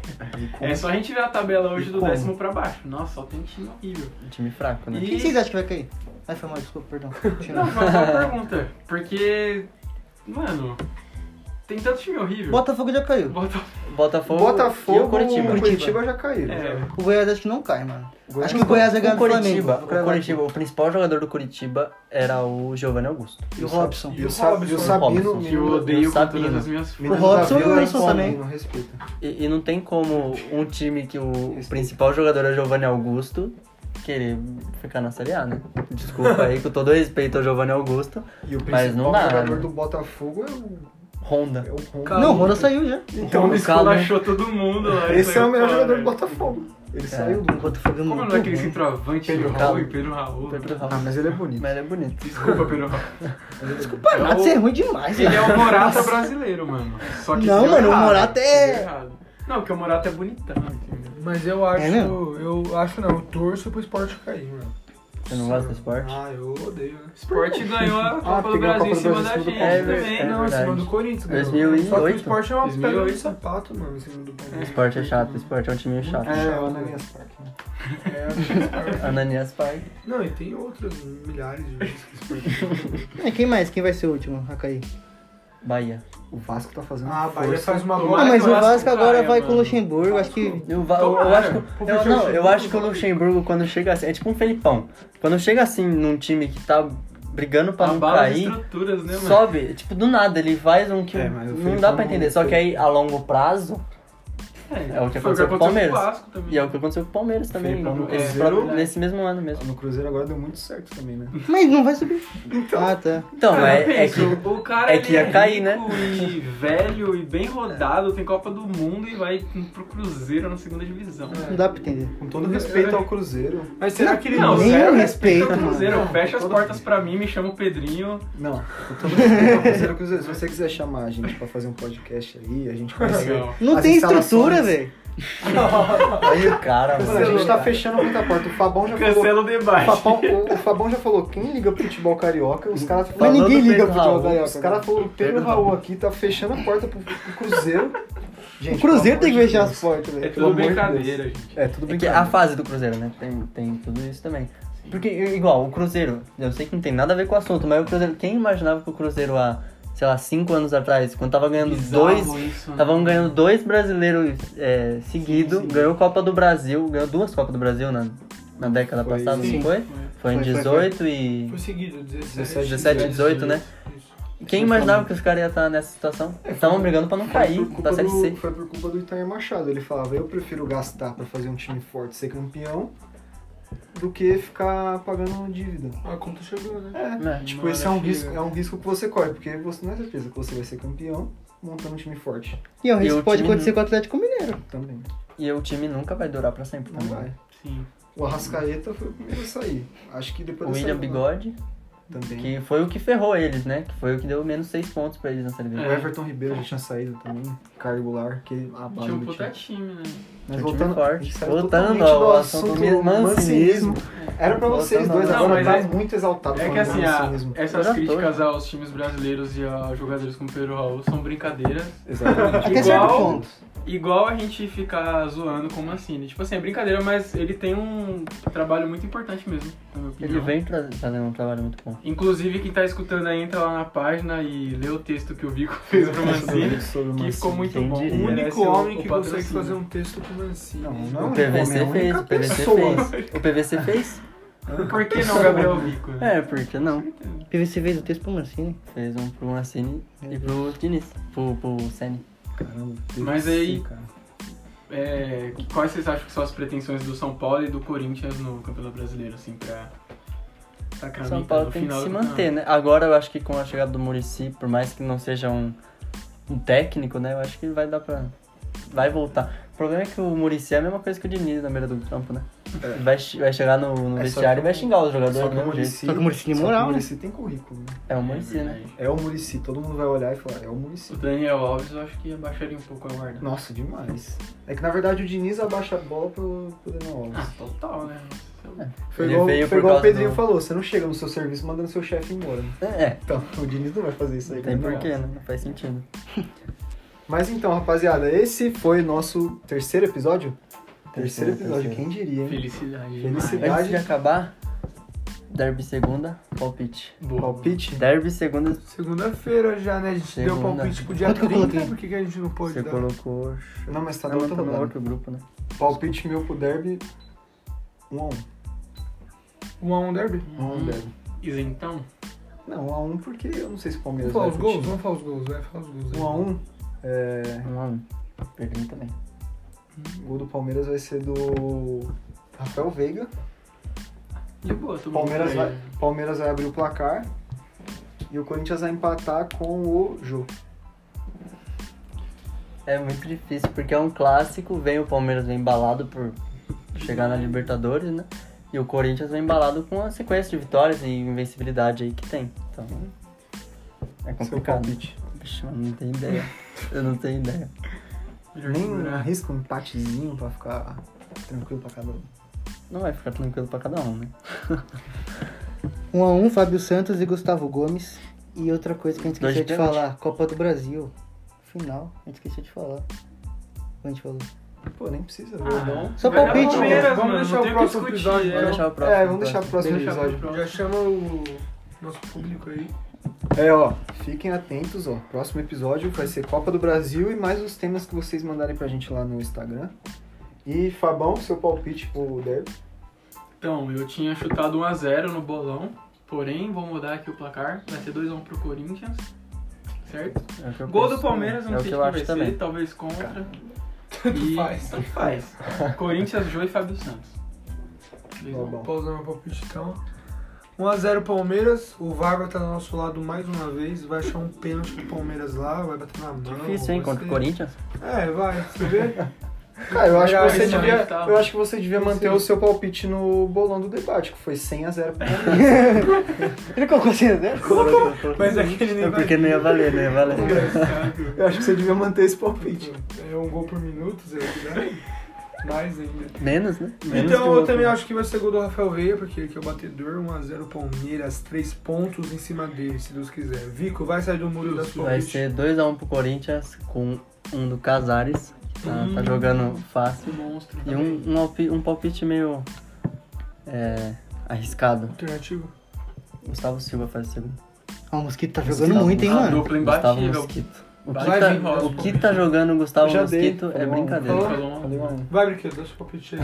S2: É só a gente ver a tabela hoje
S1: E
S2: do
S1: como?
S2: décimo pra baixo. Nossa, só tem time horrível.
S4: Um time fraco, né?
S5: Quem
S2: E-
S5: vocês acham que vai cair? Ai, foi mal, desculpa, perdão.
S2: Não, mas só uma pergunta. Porque, mano, tem tanto time horrível.
S5: Botafogo já caiu.
S2: Bota-
S4: Botafogo, e
S1: Botafogo
S4: o Curitiba.
S1: Curitiba. Curitiba já caíram.
S2: É.
S5: O Goiás acho que não cai, mano.
S1: Goiás
S5: acho que o Goiás é vai ganhar
S4: O
S5: do
S4: Curitiba,
S5: Flamengo.
S4: o Curitiba, o principal jogador do Curitiba era o Giovanni Augusto.
S5: E o Robson.
S1: E o, Sa- e o Sabino,
S4: Robson.
S2: Que eu
S1: menino-
S2: odeio com
S4: Sabino.
S2: todas as minhas forças.
S1: menino
S5: O Robson
S1: da Vila,
S5: e o Wilson
S1: Flamengo,
S5: também.
S1: Respeita.
S4: E, e não tem como um time que o principal jogador é Giovanni Augusto querer ficar na Série A, né? Desculpa aí, com todo respeito ao Giovanni Augusto.
S1: E o
S4: Mas
S1: principal
S4: não dá,
S1: jogador
S4: né?
S1: do Botafogo é o,
S4: Honda.
S1: é o Ronda.
S5: Não, o Roda saiu já.
S2: Então
S4: Calma,
S2: ele esculachou todo mundo lá.
S1: Esse é o melhor
S2: Fora.
S1: jogador do Botafogo. Ele saiu do
S5: O Botafogo é
S2: né? Como
S5: muito
S2: não é aquele
S5: ruim.
S2: centroavante
S4: Pedro
S2: Pedro
S4: Raul.
S2: Raul e Pedro Raul?
S4: Pedro
S1: Ah,
S4: Raul.
S1: mas ele é bonito.
S4: Mas ele é bonito.
S2: Desculpa, Pedro Raul.
S5: Desculpa nada, você é ruim demais,
S2: Ele é
S5: velho.
S2: o Morata brasileiro, mano. Só que
S5: Não,
S2: deu
S5: mano, o
S2: errado.
S5: Morata é-
S2: Deu errado. Não, porque o Morata é bonitão, entendeu?
S3: Mas eu acho.
S5: É mesmo?
S3: eu acho não, eu torço pro esporte cair, mano.
S4: Você não gosta do esporte?
S3: Ah, eu odeio, né?
S2: Sport ganhou a Copa
S5: Ah,
S2: do
S5: porque ganhou a
S2: Brasil em
S5: Copa do
S2: cima da
S5: Brasil
S2: gente
S5: em cima do
S4: É,
S5: Palmeiras.
S2: também. né?
S4: é
S3: não, em cima
S4: verdade.
S3: do Corinthians, ganhou.
S4: 2008.
S3: Só que o esporte é uma pedra de
S2: 2008.
S3: sapato, mano, em cima do Palmeiras.
S4: Esporte é chato, esporte é um time meio chato.
S1: É, o Ananias Park.
S3: É, acho que esporte-
S4: Ananias Park.
S3: Não, e tem outros milhares de vezes que esporte.
S5: E quem mais? Quem vai ser o último a cair?
S4: Bahia.
S1: O Vasco tá fazendo
S3: Ah, a Bahia
S1: força.
S3: faz uma
S2: Não,
S3: boa.
S5: Ah, mas o
S2: Vasco
S5: Vasco agora
S2: caia,
S5: vai com o
S2: mano.
S5: Luxemburgo. Acho que
S4: Eu, va- eu,
S2: Tomara.
S4: acho que, eu, não, eu acho que o Luxemburgo, quando chega assim, é tipo um Felipão. Quando chega assim num time que tá brigando pra não
S2: Abala as
S4: cair,
S2: um estruturas, né, mano?
S4: sobe, tipo, do nada, ele faz um que
S1: É, mas o
S4: não
S1: Felipão
S4: dá pra
S1: não-
S4: entender. Só que aí, a longo prazo,
S2: É,
S4: é o que
S2: foi
S4: aconteceu com o Palmeiras.
S2: Vasco também.
S4: e é o que aconteceu com o Palmeiras também,
S2: Felipão no
S4: esse
S2: Cruzeiro,
S4: próprio-
S2: né?
S4: nesse mesmo ano mesmo.
S1: No Cruzeiro agora deu muito certo também, né?
S5: Mas não vai subir. Ah, tá.
S4: Então,
S2: Cara,
S4: é,
S2: eu
S4: é
S2: penso,
S4: que
S2: o cara
S4: é que
S2: ele
S4: ia cair, né?
S2: rico E velho e bem rodado, tem Copa do Mundo e vai pro Cruzeiro na segunda divisão.
S5: Não dá pra entender.
S1: Com todo respeito ao Cruzeiro.
S3: Mas será que ele
S2: Não,
S3: não,
S5: Nem
S2: zero
S5: eu
S2: respeito
S5: respeito,
S2: ao Cruzeiro.
S1: mano.
S2: Fecha as
S1: Todo-
S2: portas pra mim, me chama o Pedrinho.
S1: Não, com todo respeito ao Cruzeiro, Cruzeiro. Se você quiser chamar a gente pra fazer um podcast aí, a gente conhecer.
S2: Legal.
S5: Não
S1: As
S5: tem
S1: instalações-
S5: estrutura, velho.
S4: aí o cara,
S1: Mano, a gente
S4: mano.
S1: tá fechando muita porta. O Fabão já falou.
S2: Assim, Cancela o
S1: O
S2: debate.
S1: Fabão, o- o Fabão já falou, quem liga pro futebol carioca, os caras
S5: Mas
S1: falam.
S5: ninguém
S4: do Pedro
S5: liga pro futebol
S4: Raul,
S5: carioca.
S1: Os caras falaram, o Pedro Raul aqui tá fechando a porta pro, pro Cruzeiro. Gente,
S5: O
S1: pelo
S5: Cruzeiro tem que
S1: amor de
S5: fechar
S1: Deus.
S5: as portas,
S2: É
S5: velho.
S1: né? Pelo
S2: tudo
S1: amor de
S2: brincadeira, gente.
S1: É, tudo
S4: É
S1: bem.
S4: que a fase do Cruzeiro, né? Tem, tem tudo isso também. Porque, igual, o Cruzeiro, eu sei que não tem nada a ver com o assunto, mas o Cruzeiro, quem imaginava que o Cruzeiro há, sei lá, cinco anos atrás, quando tava ganhando
S2: Bizarro
S4: dois.
S2: isso, né?
S4: Estavam ganhando dois brasileiros é, seguido,
S2: Sim, sim.
S4: ganhou Copa do Brasil, ganhou duas Copas do Brasil na, na década
S1: Foi-
S4: passada,
S1: sim.
S4: não foi? Foi
S1: Foi,
S4: em
S1: foi,
S4: 18
S3: foi
S4: e.
S3: seguido? 17,
S1: 17,
S4: 17, 18, né?
S3: Isso.
S4: Quem imaginava que os caras iam estar nessa situação? Estavam brigando pra não cair,
S1: Foi por,
S4: pra
S1: culpa
S4: Série C.
S1: do, foi por culpa do Itair Machado. Ele falava, eu prefiro gastar pra fazer um time forte ser campeão do que ficar pagando dívida.
S3: A conta chegou, né?
S1: É,
S4: Né?
S1: tipo,
S2: Mano,
S1: esse é um,
S2: que-
S1: risco, é um risco que você corre, porque você não é certeza que você vai ser campeão montando um time forte
S5: E é um risco
S4: E
S5: que
S4: o
S5: pode
S4: time-
S5: acontecer com o Atlético Mineiro.
S1: também.
S4: E o time nunca vai durar pra sempre
S1: Não
S4: também. né?
S1: vai.
S2: Sim.
S1: O Arrascaeta foi o primeiro a sair. Acho que depois
S4: O
S1: dessa-
S4: William Bigode,
S1: também.
S4: que foi o que ferrou eles, né? Que foi o que deu menos seis pontos pra eles na Série B.
S2: É.
S1: O Everton Ribeiro já tinha saído também, cargular, que é a base
S2: Tinha um
S1: do
S2: puta
S1: time.
S2: time, né?
S1: Mas
S4: um time
S1: voltando,
S4: forte.
S1: a gente saiu
S4: Voltando
S1: totalmente
S4: ao
S1: do
S4: assunto
S1: assunto
S4: mesmo,
S1: mancinismo.
S4: mancinismo.
S1: Era pra vocês
S4: Voltando
S1: dois,
S4: ao-
S1: agora
S2: Não,
S1: tá
S2: mas é-
S1: muito exaltado
S2: É que
S1: falando
S2: assim, a-
S1: mancinismo.
S2: essas
S4: Era
S2: críticas aos times brasileiros e a jogadores como Pedro Raul são brincadeiras.
S1: Exatamente.
S5: Até
S2: é Igual-
S5: certo ponto.
S2: Igual a gente ficar zoando com o Mancini. Tipo assim, é brincadeira, mas ele tem um trabalho muito importante mesmo, na minha opinião.
S4: Ele vem tra- fazendo um trabalho muito bom.
S2: Inclusive, quem tá escutando aí, entra lá na página e lê o texto que o Vico fez pro Mancini,
S1: Sobre o
S2: que ficou
S1: Mancini.
S2: muito
S4: quem
S2: bom.
S4: diria? né? é
S3: O
S2: Merece
S3: único homem que consegue
S2: patrocínio.
S3: fazer um texto pro Mancini.
S1: Não, não é
S4: O
S1: um
S4: PVC
S1: homem, é
S4: fez,
S1: a
S4: o
S1: única
S4: PVC
S1: pessoa.
S4: fez. O PVC fez?
S2: um- Por que não Gabriel Vico? né?
S4: É, por que não?
S5: PVC fez o texto pro Mancini.
S4: Fez um pro Mancini e pro Diniz, pro, pro Sene.
S1: Caramba, Deus
S2: Mas
S1: do
S2: aí-
S1: céu, cara.
S2: É, quais vocês acham que são as pretensões do São Paulo e do Corinthians no Campeonato Brasileiro, assim, pra... pra
S4: O
S2: caminho,
S4: São
S2: tá?
S4: Paulo
S2: No
S4: tem que
S2: final
S4: se
S2: do
S4: manter, né? Agora eu acho que com a chegada do Murici, por mais que não seja um, um técnico, né? Eu acho que vai dar pra. Vai voltar. O problema é que o Murici é a mesma coisa que o Diniz na beira do campo, né?
S1: É.
S4: Vai, chi- vai chegar no, no
S1: É, só
S4: vestiário
S1: que
S4: e vai
S1: o-
S4: xingar os jogadores
S1: Só
S4: do
S1: que o
S4: mesmo jeito.
S1: Muricy.
S5: Só que o Muricy tem
S1: só que
S5: moral,
S1: O
S5: né?
S1: Muricy tem currículo, né?
S4: É o
S2: campeonato.
S4: Murici,
S2: É
S4: né?
S2: verdade.
S1: É o Murici, todo mundo vai olhar e falar, é o Murici.
S2: O Daniel Alves eu acho que abaixaria um pouco a guarda.
S1: Nossa, demais. É que na verdade o Diniz abaixa a bola pro, pro Daniel
S2: Ah,
S1: Alves.
S2: total, né?
S1: Foi
S4: Ele
S1: igual,
S4: veio
S1: foi
S4: por
S1: igual o
S4: causa
S1: Pedrinho
S4: do-
S1: falou, você não chega no seu serviço mandando seu chefe embora.
S4: É, é.
S1: Então, o Diniz não vai fazer isso aí. é
S4: Não tem
S1: cara.
S4: porquê, né? Não faz sentido.
S1: Mas então, rapaziada, esse foi nosso terceiro episódio? Terceiro
S4: Terceiro,
S1: episódio,
S4: terceiro.
S1: quem diria, hein?
S2: Felicidade.
S1: Felicidade.
S2: demais.
S4: Antes de acabar, Derby segunda, palpite.
S2: Boa.
S1: Palpite?
S4: Derby segunda,
S3: Segunda-feira já, né? A gente deu
S4: Segunda.
S3: palpite pro dia
S5: Quanto que eu
S3: 30.
S5: coloquei?
S3: Por que, que a gente não pôde
S4: você
S3: dar?
S4: colocou.
S1: Não, mas tá
S4: Ah, não, tá
S1: dando
S4: no
S1: outro
S4: outro grupo, né?
S1: Palpite meu pro derby. Um a um.
S3: Um a um derby?
S1: Um a um derby.
S2: Isentão?
S1: Não, um a um porque eu não sei se o Palmeiras vai
S3: Vamos falar os
S1: pro
S3: gols?
S1: time.
S3: Vamos falar os gols, vai falar os gols. aí.
S1: Um a um. É,
S4: Um a um. Perdendo também.
S1: o gol do Palmeiras vai ser do Rafael Veiga.
S2: De boa, tô
S1: Palmeiras
S2: bom.
S1: vai, Palmeiras vai abrir o placar. E o Corinthians vai empatar com o Jô.
S4: É muito difícil, porque é um clássico, vem o Palmeiras vem embalado por chegar na Libertadores, né? E o Corinthians vem embalado com a sequência de vitórias e invencibilidade aí que tem. Então. É
S1: Seu
S4: complicado.
S1: palpite.
S4: Vixe, eu não tenho ideia. Eu não tenho ideia.
S2: né?
S1: Nem arrisca um empatezinho pra ficar tranquilo pra cada um.
S4: não vai ficar tranquilo pra cada um, né?
S5: 1 a 1 Fábio Santos e Gustavo Gomes. E outra coisa que a gente
S4: Dois
S5: esqueceu de
S4: pênalti.
S5: falar, Copa do Brasil. Final, a gente esqueceu de falar. A gente falou.
S1: Pô, nem precisa. né?
S2: Ah,
S5: Só
S2: vai dar
S5: palpite,
S2: Palmeiras,
S3: mano.
S2: mano.
S3: Vamos
S2: não tem
S3: deixar o
S2: o que
S3: próximo
S2: discutir.
S3: episódio,
S4: Vamos
S2: né?
S4: deixar o próximo. então.
S1: É, vamos deixar pro próximo
S2: Deixa pro
S1: episódio.
S3: Já
S2: próximo.
S3: chama o nosso público aí.
S1: É, ó, fiquem atentos, ó. Próximo episódio vai ser Copa do Brasil e mais os temas que vocês mandarem pra gente lá no Instagram. E Fabão, seu palpite pro Derby.
S2: Então, eu tinha chutado 1x0 no bolão, porém, vou mudar aqui o placar. Vai ser 2x1 pro Corinthians, certo?
S4: É o que eu
S2: Gol do
S4: penso.
S2: Palmeiras,
S4: é
S2: não
S4: o
S2: sei
S4: que
S2: quem
S4: eu
S2: vai
S4: acho
S2: ser,
S4: também.
S2: talvez contra. E...
S3: faz.
S2: Tanto faz. Corinthians, Jô e Fábio Santos. Dois a um.
S1: Fabão.
S3: Pausando meu palpite então. 1x0 Palmeiras, o VAR vai estar do nosso lado mais uma vez, vai achar um pênalti pro Palmeiras lá, vai bater na mão.
S4: Difícil, hein?
S3: vai
S4: Contra o
S3: ser-
S4: Corinthians.
S3: É, vai, você vê?
S1: Cara, eu acho, que
S3: Legal,
S1: você
S3: isso aí,
S1: devia,
S2: tá.
S1: eu acho que você devia manter
S3: Isso aí.
S1: o seu palpite no bolão do debate, que foi 100 a 0 pro Palmeiras.
S5: Ele colocou assim, né?
S3: Mas aquele nem
S4: É porque não ia valer, não ia valer.
S2: é
S1: Eu acho que você devia manter esse palpite.
S3: É um gol por minuto, Zé, né? Mais ainda.
S4: Menos, né? Menos que o
S3: Então eu
S4: outro.
S3: também acho que vai ser gol do Rafael Veiga, porque ele que é o batedor, 1x0 Palmeiras, 3 pontos em cima dele, se Deus quiser. Vico, vai sair do muro das
S4: Vai
S3: palpites.
S4: ser 2x1 pro Corinthians com um do Casares. Tá,
S2: Hum.
S4: tá jogando fácil.
S2: monstro. tá
S4: E um, um, alpi- um palpite meio é, arriscado.
S3: Alternativo?
S4: Gustavo Silva faz o segundo.
S5: Ah, o Mosquito tá
S4: Gustavo-
S5: jogando muito, hein,
S2: Ah,
S5: mano?
S2: Dupla
S4: Gustavo
S2: imbatível.
S4: Mosquito. O
S2: Vai,
S4: que,
S3: vai,
S4: tá,
S2: Paulo.
S4: o que tá jogando o Gustavo
S1: Eu já dei,
S4: Mosquito é
S1: falei,
S4: brincadeira.
S2: Falou um.
S1: Falei um a um.
S3: Vai, brinquedo, dá seu palpite aí.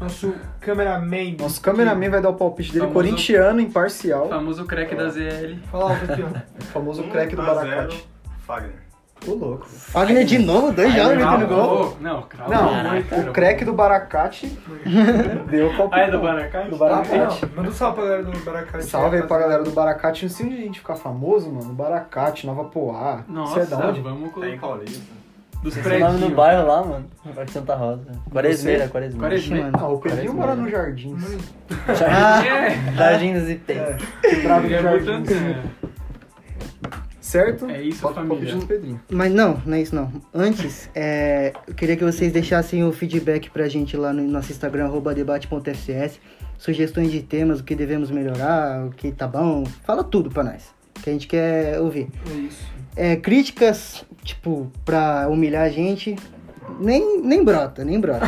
S3: Nosso cameraman.
S1: Nosso cameraman vai dar o palpite dele,
S2: Famoso-
S1: corintiano,
S4: um
S1: imparcial,
S2: O famoso crack da ZL.
S3: Fala alto aqui, ó.
S1: o famoso craque do
S6: 1 a 0,
S1: Baracate.
S6: Fagner.
S1: Ô, louco.
S5: Fagner de novo, dois jogos metendo gol.
S2: Oh, Não, cravo.
S1: Não, o crack do Baracate deu o palpite.
S2: Ah, é do Baracate?
S1: Do
S3: Ah,
S1: Baracate.
S3: não, Manda um salve pra galera do Baracate.
S1: Salve aí pra galera do Baracate. Não sei onde a gente ficar famoso, mano. Baracate, Nova Poá.
S2: Nossa,
S1: Você é da onde?
S2: vamos
S6: Tá em
S2: colocar.
S6: Paulista.
S2: Dos
S4: Esse nome no
S2: prédios.
S4: bairro lá, mano. Parque Santa Rosa. Quaresmeira, Quaresmeira.
S2: Quaresmeira.
S1: Ah, o Pedrinho mora no Jardins.
S4: Jardim-
S2: É,
S4: Ah, Jardim dos Itens.
S1: Que bravo de
S2: ele é muito
S1: Jardins.
S2: antigo.
S1: Certo?
S2: É isso,
S1: Bota um o
S2: família.
S1: palpite no Pedrinho.
S5: Mas não, não é isso não. Antes, é, eu queria que vocês deixassem o feedback pra gente lá no nosso Instagram, arroba debate.fcs. Sugestões de temas, o que devemos melhorar, o que tá bom. Fala tudo pra nós, que a gente quer ouvir.
S3: É isso.
S5: É, críticas, tipo, pra humilhar a gente, nem, nem brota, nem brota.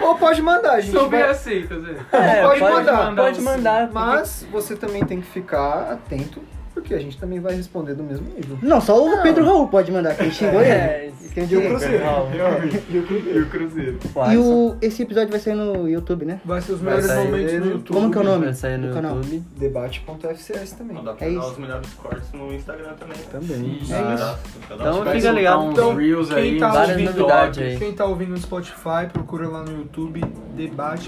S1: Ou pode mandar, a gente.
S2: Souber
S1: vai-
S2: aceita, Zé.
S4: É,
S1: Pode
S4: pode,
S1: mandar,
S4: mandar. Pode mandar.
S1: Mas você também tem que ficar atento, porque a gente também vai responder do mesmo nível.
S5: Não, só o Pedro Raul pode mandar, quem xingou ele.
S4: É, isso
S5: Quem
S4: que
S5: xingou
S4: eu
S5: ele.
S4: Cruzeiro.
S1: E o Cruzeiro.
S6: Cruzeiro.
S4: é
S5: E o, esse episódio vai sair no YouTube, né?
S3: Vai ser os
S4: Vai
S3: melhores
S4: sair
S3: momentos
S1: no
S3: no YouTube.
S5: Como que é o nome?
S4: Vai sair no
S5: do canal?
S4: YouTube.
S1: Debate.fcs também.
S6: Dá pra
S5: É
S6: dar
S5: isso.
S6: os melhores cortes no Instagram também.
S1: Também.
S2: Sim.
S6: Ah,
S1: isso.
S6: dá- dá
S4: Então
S6: uns-
S4: fica ligado.
S2: Então,
S3: Então,
S2: reels
S3: quem
S2: aí,
S3: tá
S4: várias
S3: ouvindo-
S4: novidades aí.
S3: Quem tá ouvindo no Spotify, procura lá no YouTube,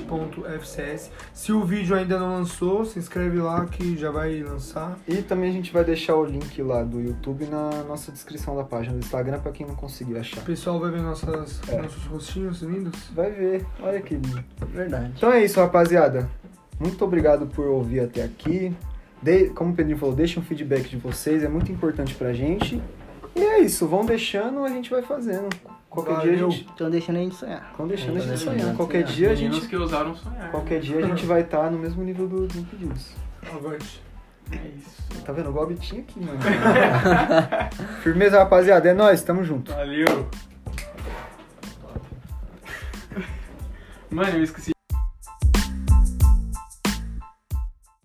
S3: debate.fcs. Se o vídeo ainda não lançou, se inscreve lá que já vai lançar.
S1: E também a gente vai deixar o link lá do YouTube na nossa descrição da página do Instagram pra quem não conseguir achar.
S3: O pessoal vai ver nossas,
S1: É.
S3: nossos rostinhos lindos.
S1: Vai ver, olha que lindo.
S4: Verdade.
S1: Então é isso, rapaziada. Muito obrigado por ouvir até aqui. De- como o Pedrinho falou, deixa um feedback de vocês, é muito importante pra gente. E é isso, vão deixando, a gente vai fazendo. Qualquer dia a
S3: Valeu.
S1: gente.
S5: Então deixando a gente sonhar.
S1: Vão deixando a
S4: Vão
S1: gente
S4: deixando,
S1: sonhar.
S4: né?
S1: Qualquer
S4: Sonhar.
S1: dia a
S2: Meninos
S1: gente.
S2: que é. ousaram sonhar.
S1: Qualquer dia a gente vai estar no mesmo nível do Desimpedidos.
S3: Avante.
S2: É isso.
S1: Tá vendo? O Gobitinho aqui, mano. Firmeza, rapaziada. É nóis, tamo junto.
S2: Valeu. Mano, eu esqueci.